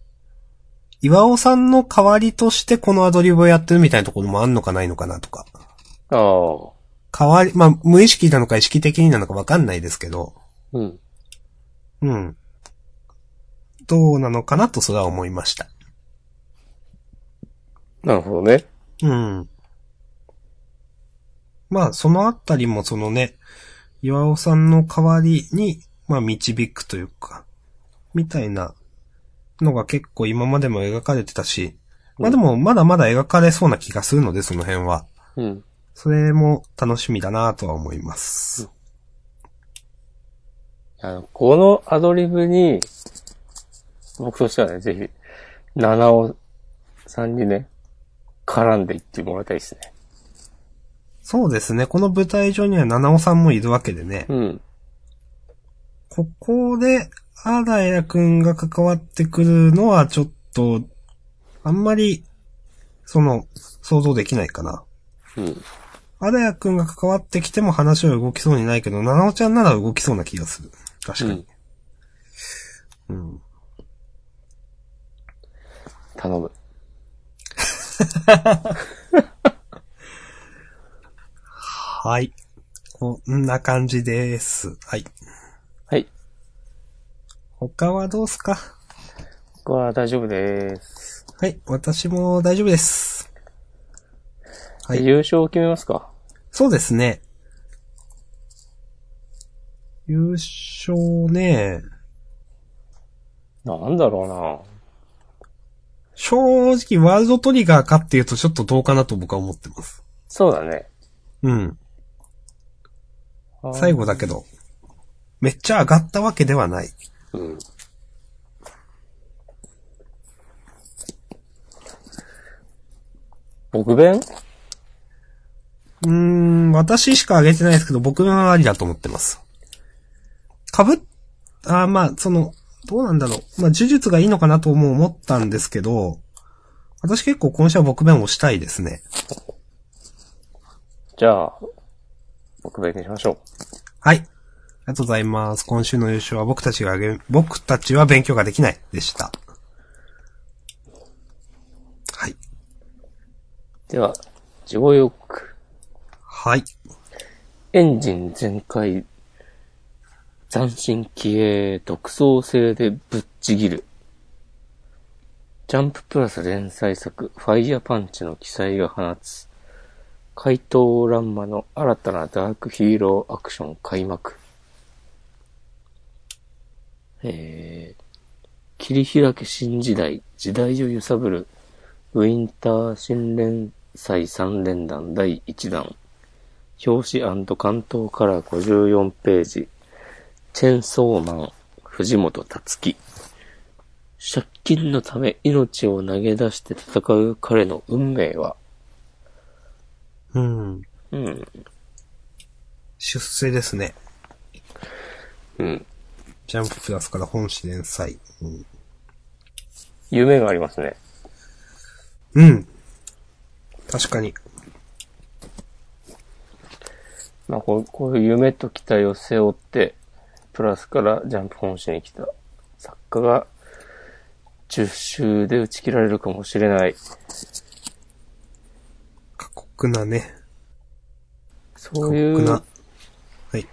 S2: 岩尾さんの代わりとしてこのアドリブをやってるみたいなところもあんのかないのかなとか。
S1: ああ。
S2: 代わり、まあ、無意識なのか意識的になのかわかんないですけど、
S1: うん。
S2: うん。どうなのかなとそれは思いました。
S1: なるほどね。
S2: うん。まあ、そのあたりもそのね、岩尾さんの代わりに、まあ、導くというか、みたいなのが結構今までも描かれてたし、まあでも、まだまだ描かれそうな気がするので、その辺は。
S1: うん。
S2: それも楽しみだなとは思います。
S1: あの、このアドリブに、僕としてはね、ぜひ、七尾さんにね、絡んでいってもらいたいですね。
S2: そうですね、この舞台上には七尾さんもいるわけでね、
S1: うん。
S2: ここで、アダヤくんが関わってくるのはちょっと、あんまり、その、想像できないかな。
S1: うん。
S2: アダヤくんが関わってきても話は動きそうにないけど、ナナオちゃんなら動きそうな気がする。確かに。うん。
S1: 頼む。
S2: はい。こんな感じです。はい。
S1: はい。
S2: 他はどうすか
S1: 僕は大丈夫です。
S2: はい。私も大丈夫です。はい
S1: で優勝を決めますか
S2: そうですね。優勝ね。
S1: なんだろ
S2: うな。正直、ワールドトリガーかっていうとちょっとどうかなと僕は思ってます。
S1: そうだね。
S2: うん。
S1: あー
S2: 最後だけど。めっちゃ上がったわけではない。
S1: うん。僕弁
S2: うーん、私しか上げてないですけど、僕はありだと思ってます。かぶっ、あーまあ、その、どうなんだろう。まあ、呪術がいいのかなとも思ったんですけど、私結構今週は僕弁をしたいですね。
S1: じゃあ、僕弁にしましょう。
S2: はい。ありがとうございます。今週の優勝は僕たちがげ、僕たちは勉強ができないでした。はい。
S1: では、地獄よく、
S2: はい。
S1: エンジン全開、斬新気鋭、独創性でぶっちぎる。ジャンププラス連載作、ファイヤーパンチの記載が放つ、怪盗乱魔の新たなダークヒーローアクション開幕。えー、切り開け新時代、時代を揺さぶる、ウィンター新連載3連弾第1弾。表紙関東カラー54ページ。チェンソーマン、藤本達樹。借金のため命を投げ出して戦う彼の運命は、
S2: うん。
S1: うん、
S2: 出世ですね。
S1: うん、
S2: ジャンププラスから本誌連載。うん。
S1: 夢がありますね。
S2: うん。確かに。
S1: まあこう、こういう夢と期待を背負って、プラスからジャンプ本誌に来た作家が、10周で打ち切られるかもしれない。
S2: 過酷なね。
S1: そういう
S2: はい。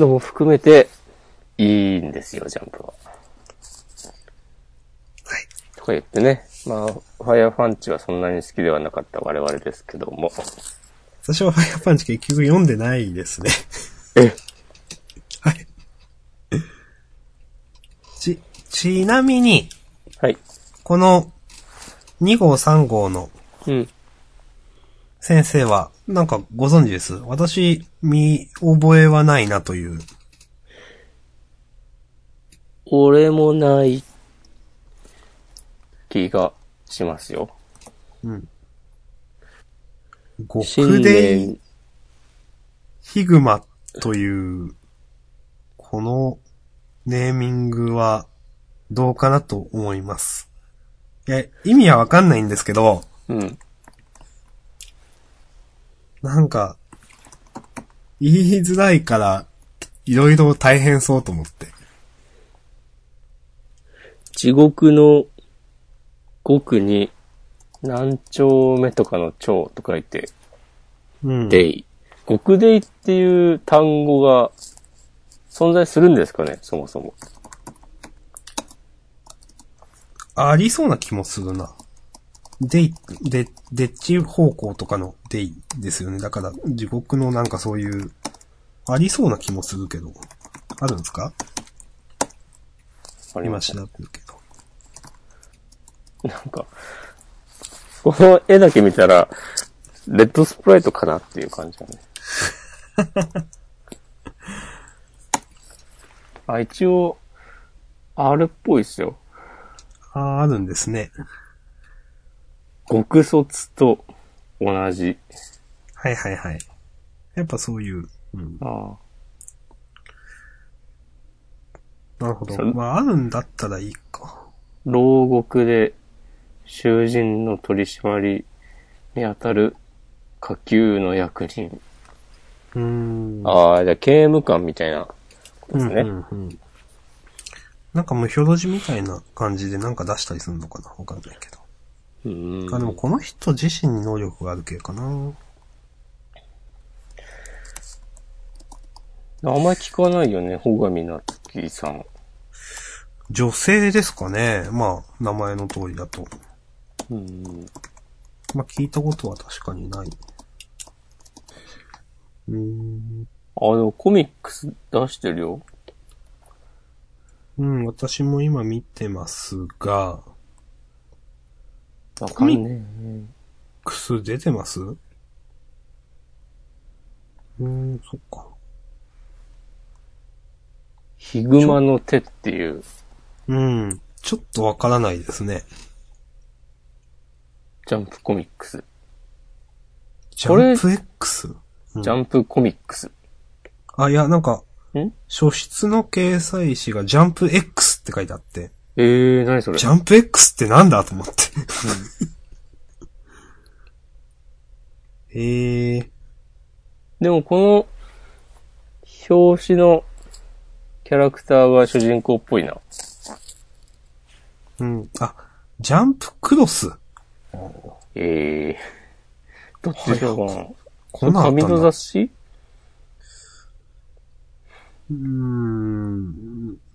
S1: のも含めて、いいんですよ、ジャンプは。
S2: はい。
S1: とか言ってね。まあ、ファイアーファンチはそんなに好きではなかった我々ですけども。
S2: 私はファイアパンチ結局読んでないです ね。
S1: え
S2: はい。ち、ちなみに、
S1: はい。
S2: この2号3号の
S1: うん。
S2: 先生は、なんかご存知です。私、見覚えはないなという。
S1: 俺もない気がしますよ。
S2: 極
S1: 新
S2: で
S1: 年、
S2: ヒグマという、このネーミングはどうかなと思います。いや、意味はわかんないんですけど、
S1: うん。
S2: なんか、言いづらいから、いろいろ大変そうと思って。
S1: 地獄の極に何丁目とかの丁と書いて、
S2: うん。
S1: デイ。極デイっていう単語が存在するんですかね、そもそも。
S2: ありそうな気もするな。デイ、で、でっち方向とかのデイですよね。だから、地獄のなんかそういう、ありそうな気もするけど。あるんですか
S1: あり
S2: 今
S1: まし
S2: 調
S1: た。
S2: べるけど。
S1: なんか、この絵だけ見たら、レッドスプライトかなっていう感じだ ね。あ、一応、あれっぽいっすよ。
S2: ああ、あるんですね。
S1: 極卒と同じ。
S2: はいはいはい。やっぱそういう、うん。
S1: あ
S2: なるほど
S1: そ。
S2: まあ、あるんだったらいいか。
S1: 牢獄で囚人の取り締まりにあたる下級の役人。
S2: うーん。
S1: ああ、じゃあ刑務官みたいなことですね。
S2: うんうんうん、なんか無表示みたいな感じでなんか出したりするのかなわかんないけど。
S1: うん
S2: あ、でもこの人自身に能力がある系かな
S1: あんまり聞かないよね、ほがみなつきさん。
S2: 女性ですかねまあ、名前の通りだと。
S1: うん。
S2: まあ、聞いたことは確かにない。うーん。
S1: あ、でもコミックス出してるよ。
S2: うん、私も今見てますが、
S1: わかんね
S2: クス出てますうーん、そっか。
S1: え。ヒグマの手っていう。
S2: うん、ちょっとわからないですね。
S1: ジャンプコミックス。
S2: ジ
S1: こ
S2: ャ
S1: れ
S2: ンプ X? うん
S1: ジャンプコミックス。
S2: あ、いや、なんか、
S1: ん
S2: 書室の掲載誌がジャンプ X って書いてあって、
S1: えー、何それ
S2: ジャンプ X ってなんだと思って。 ええー、
S1: でもこの、表紙のキャラクターは主人公っぽいな。
S2: うん。あ、ジャンプクロス。
S1: ええー。どっちでしょうかな。こ
S2: こんな
S1: れ
S2: のあったん
S1: 紙
S2: だ
S1: の雑誌
S2: うーん。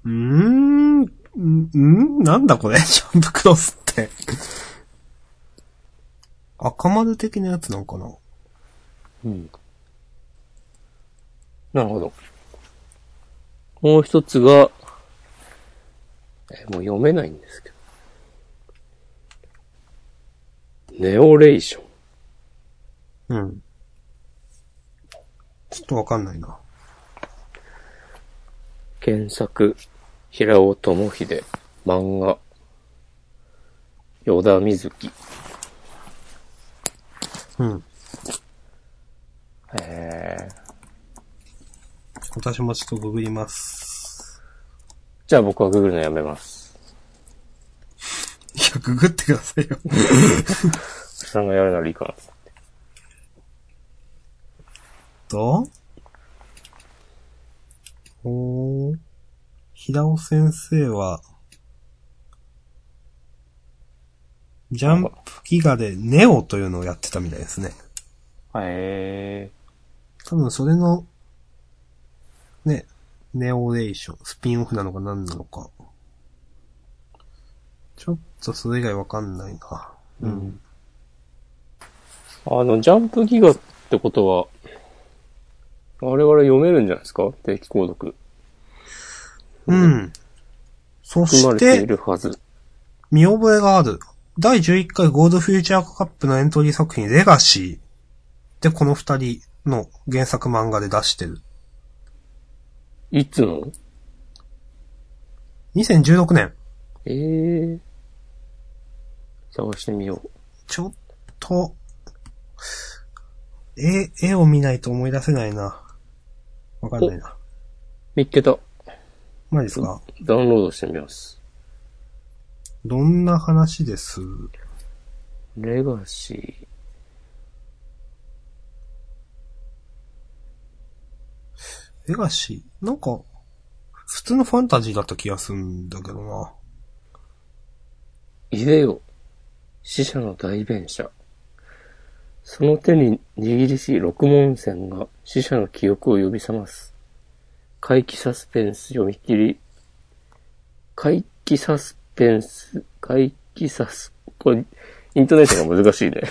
S2: うーん。んんなんだこれ ジャンプクロスって。赤丸的なやつなんかな
S1: うん。なるほど。もう一つが、え、もう読めないんですけど。ネオレーション。
S2: うん。ちょっとわかんないな。
S1: 検索、平尾智秀、漫画、与田瑞希。
S2: うん。
S1: えー、
S2: 私もちょっとググります。
S1: じゃあ僕はググるのやめます。
S2: いや、ググってくださいよ。
S1: さんがやるならいいかな。
S2: と、おー、平尾先生は、ジャンプギガでネオというのをやってたみたいですね。
S1: え
S2: 多分それの、ね、ネオレーション、スピンオフなのか何なのか。ちょっとそれ以外わかんないな。うん。
S1: ー、あの、ジャンプギガってことは、我々読めるんじゃないですか定期購読。
S2: うん。そ
S1: 含ま
S2: し
S1: れて
S2: て
S1: い、るはず。
S2: 見覚えがある。第11回ゴールドフューチャーカップのエントリー作品レガシーでこの二人の原作漫画で出してる。
S1: いつの
S2: 2016年。
S1: えー、探してみよう。
S2: ちょっと、絵、絵を見ないと思い出せないな。わかんないな。
S1: 見っけた。
S2: マジですか
S1: ダウンロードしてみます。
S2: どんな話です
S1: レガシー。
S2: レガシーなんか、普通のファンタジーだった気がするんだけどな。
S1: いでよ、死者の代弁者。その手に握りし六文線が死者の記憶を呼び覚ます。怪奇サスペンス読み切り。怪奇サスペンス、怪奇サス、これ、イントネーションが難しいね。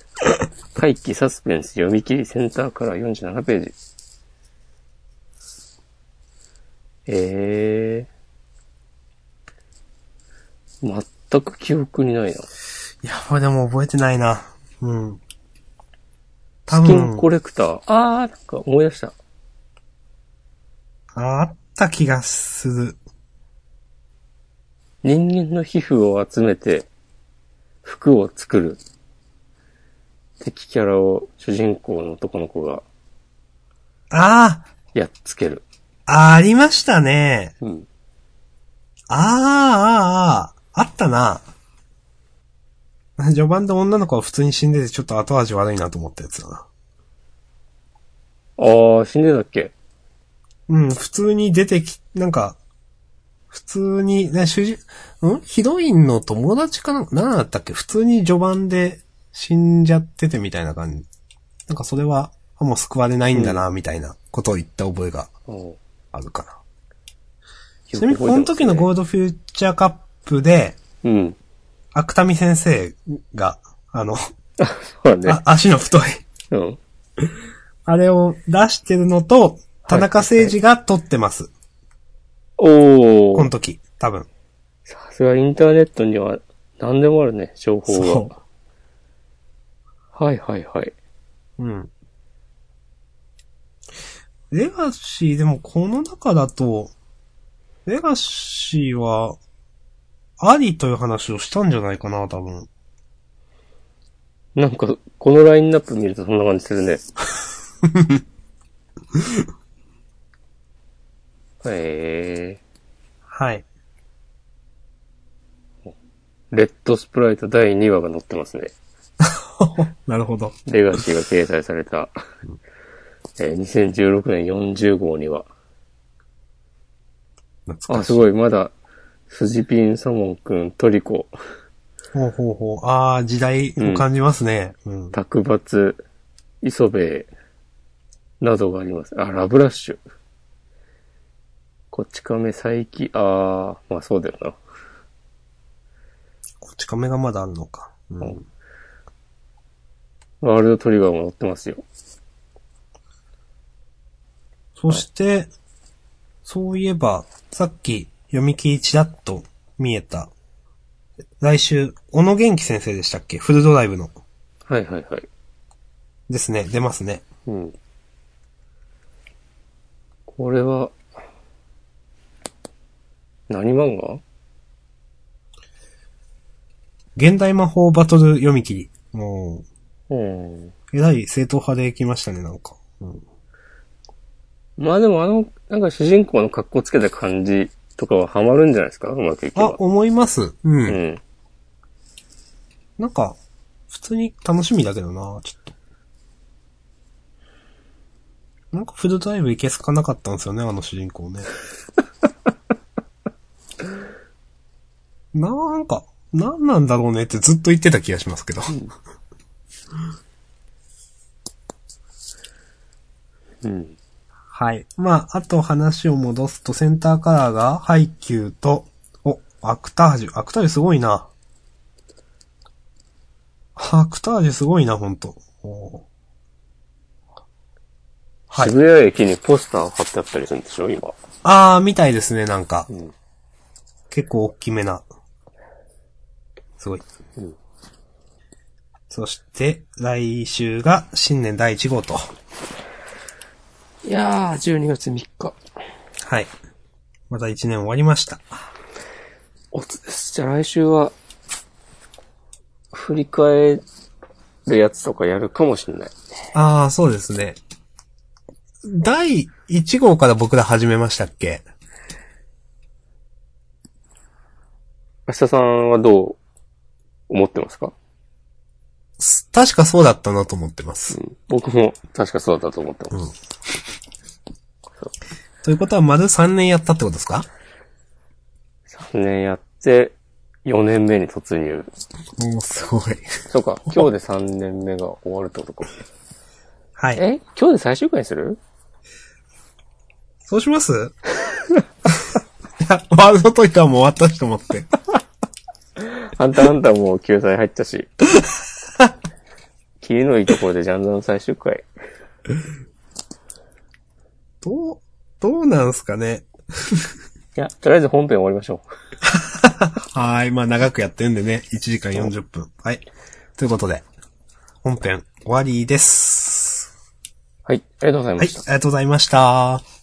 S1: 怪奇サスペンス読み切りセンターから47ページ。えー。全く記憶にないな。
S2: やばい、でも覚えてないな。うん。多
S1: スキン
S2: 分、
S1: コレクター。あー、なんか思い出した。
S2: あった気がする。
S1: 人間の皮膚を集めて、服を作る。敵キャラを主人公の男の子が
S2: あ
S1: やっつける。
S2: あ、ありましたね。
S1: うん。
S2: あーあー、あーあったな。序盤で女の子は普通に死んでてちょっと後味悪いなと思ったやつだな。
S1: あー、死んでたっけ
S2: うん、普通に出てき、なんか、普通に、ね、主人、んヒロインの友達かな何だったっけ普通に序盤で死んじゃっててみたいな感じ。なんかそれは、あもう救われないんだな、みたいなことを言った覚えが
S1: うん。
S2: あるかな。ちなみにこの時のゴー
S1: ー
S2: ルドフューチャーカップで、
S1: うん。
S2: 芥見先生が、あの、
S1: そうだね
S2: あ。足の太い、
S1: うん。
S2: あれを出してるのと、田中誠二が撮ってます。
S1: お
S2: この
S1: ー。
S2: 時、多分。
S1: さすがインターネットには何でもあるね、情報が
S2: そ。
S1: はいはいはい。
S2: うん。レガシー、でもこの中だと、レガシーは、ありという話をしたんじゃないかな、多分。
S1: なんか、このラインナップ見るとそんな感じするね。え
S2: はい。
S1: ー、レッドスプライト第2話が載ってますね。
S2: なるほど。
S1: レガシーが掲載された、えー2016年40号には、
S2: 懐
S1: あ、
S2: かし
S1: す
S2: い。
S1: ごい、まだ、スジピン、サモン君、トリコ、
S2: ほうほうほう。ああ、時代を感じますね。うん。
S1: 卓抜、磯部、などがあります。あ、ラブラッシュ。こち亀、佐伯、あー、まあそうだよな。
S2: こっち亀がまだあるのか。うん。
S1: ワールドトリガーも載ってますよ。
S2: そして、そういえば、さっき読み切りちらっと見えた。来週、小野元気先生でしたっけフルドライブの。
S1: はいはいはい。
S2: ですね。出ますね。
S1: うん。これは、何漫画
S2: 現代魔法バトル読み切り。も
S1: うん。
S2: う、えらい正統派で来ましたね、なんか。うん。
S1: まあでもあの、なんか主人公の格好つけた感じとかはハマるんじゃないですかうまくいけ
S2: あ
S1: ば、。
S2: 思います。う。
S1: うんん。
S2: なんか、普通に楽しみだけどな、ちょっと。なんかフルドライブいけすかなかったんですよね、あの主人公ね。 なんか、なんなんだろうねってずっと言ってた気がしますけど。
S1: うん。
S2: はい。まあ、あと話を戻すと、センターカラーが、ハイキューと、お、アクタージュ。アクタージュすごいな。アクタージュすごいな、ほんと。おーはい。
S1: 渋谷駅にポスターを貼ってあったりするんでしょ今。
S2: あー、みたいですね、なんか。
S1: ん
S2: 結構大きめな。すごい。
S1: うん
S2: そして、来週が、新年第1号と。
S1: いやー、12月3日。
S2: はい。また1年終わりました。
S1: おつです。じゃあ来週は、振り返るやつとかやるかもしれない。
S2: ああ、そうですね。第1号から僕ら始めましたっけ
S1: 明日さんはどう思ってますか
S2: す確かそうだったなと思ってます。
S1: 僕も確かそうだったと思ってます。
S2: ということは、丸3年やったってことですか
S1: 3年やって、4年目に突入。
S2: もうすごい。
S1: そうか、今日で3年目が終わるってことか。
S2: はい。
S1: え今日で最終回にする
S2: そうします いや、ワールドトリガーも終わったしと思って。
S1: ハンターハンターもう救済入ったし。 切りのいいところでジャンダン最終回。
S2: どう、どうなんすかね。
S1: いや、とりあえず本編終わりましょう。
S2: はーい。まあ長くやってるんでね。1時間40分。はい。ということで、本編終わりです。
S1: はい、ありがとうございま
S2: はい。あ
S1: し
S2: り
S1: た。
S2: がとうございました。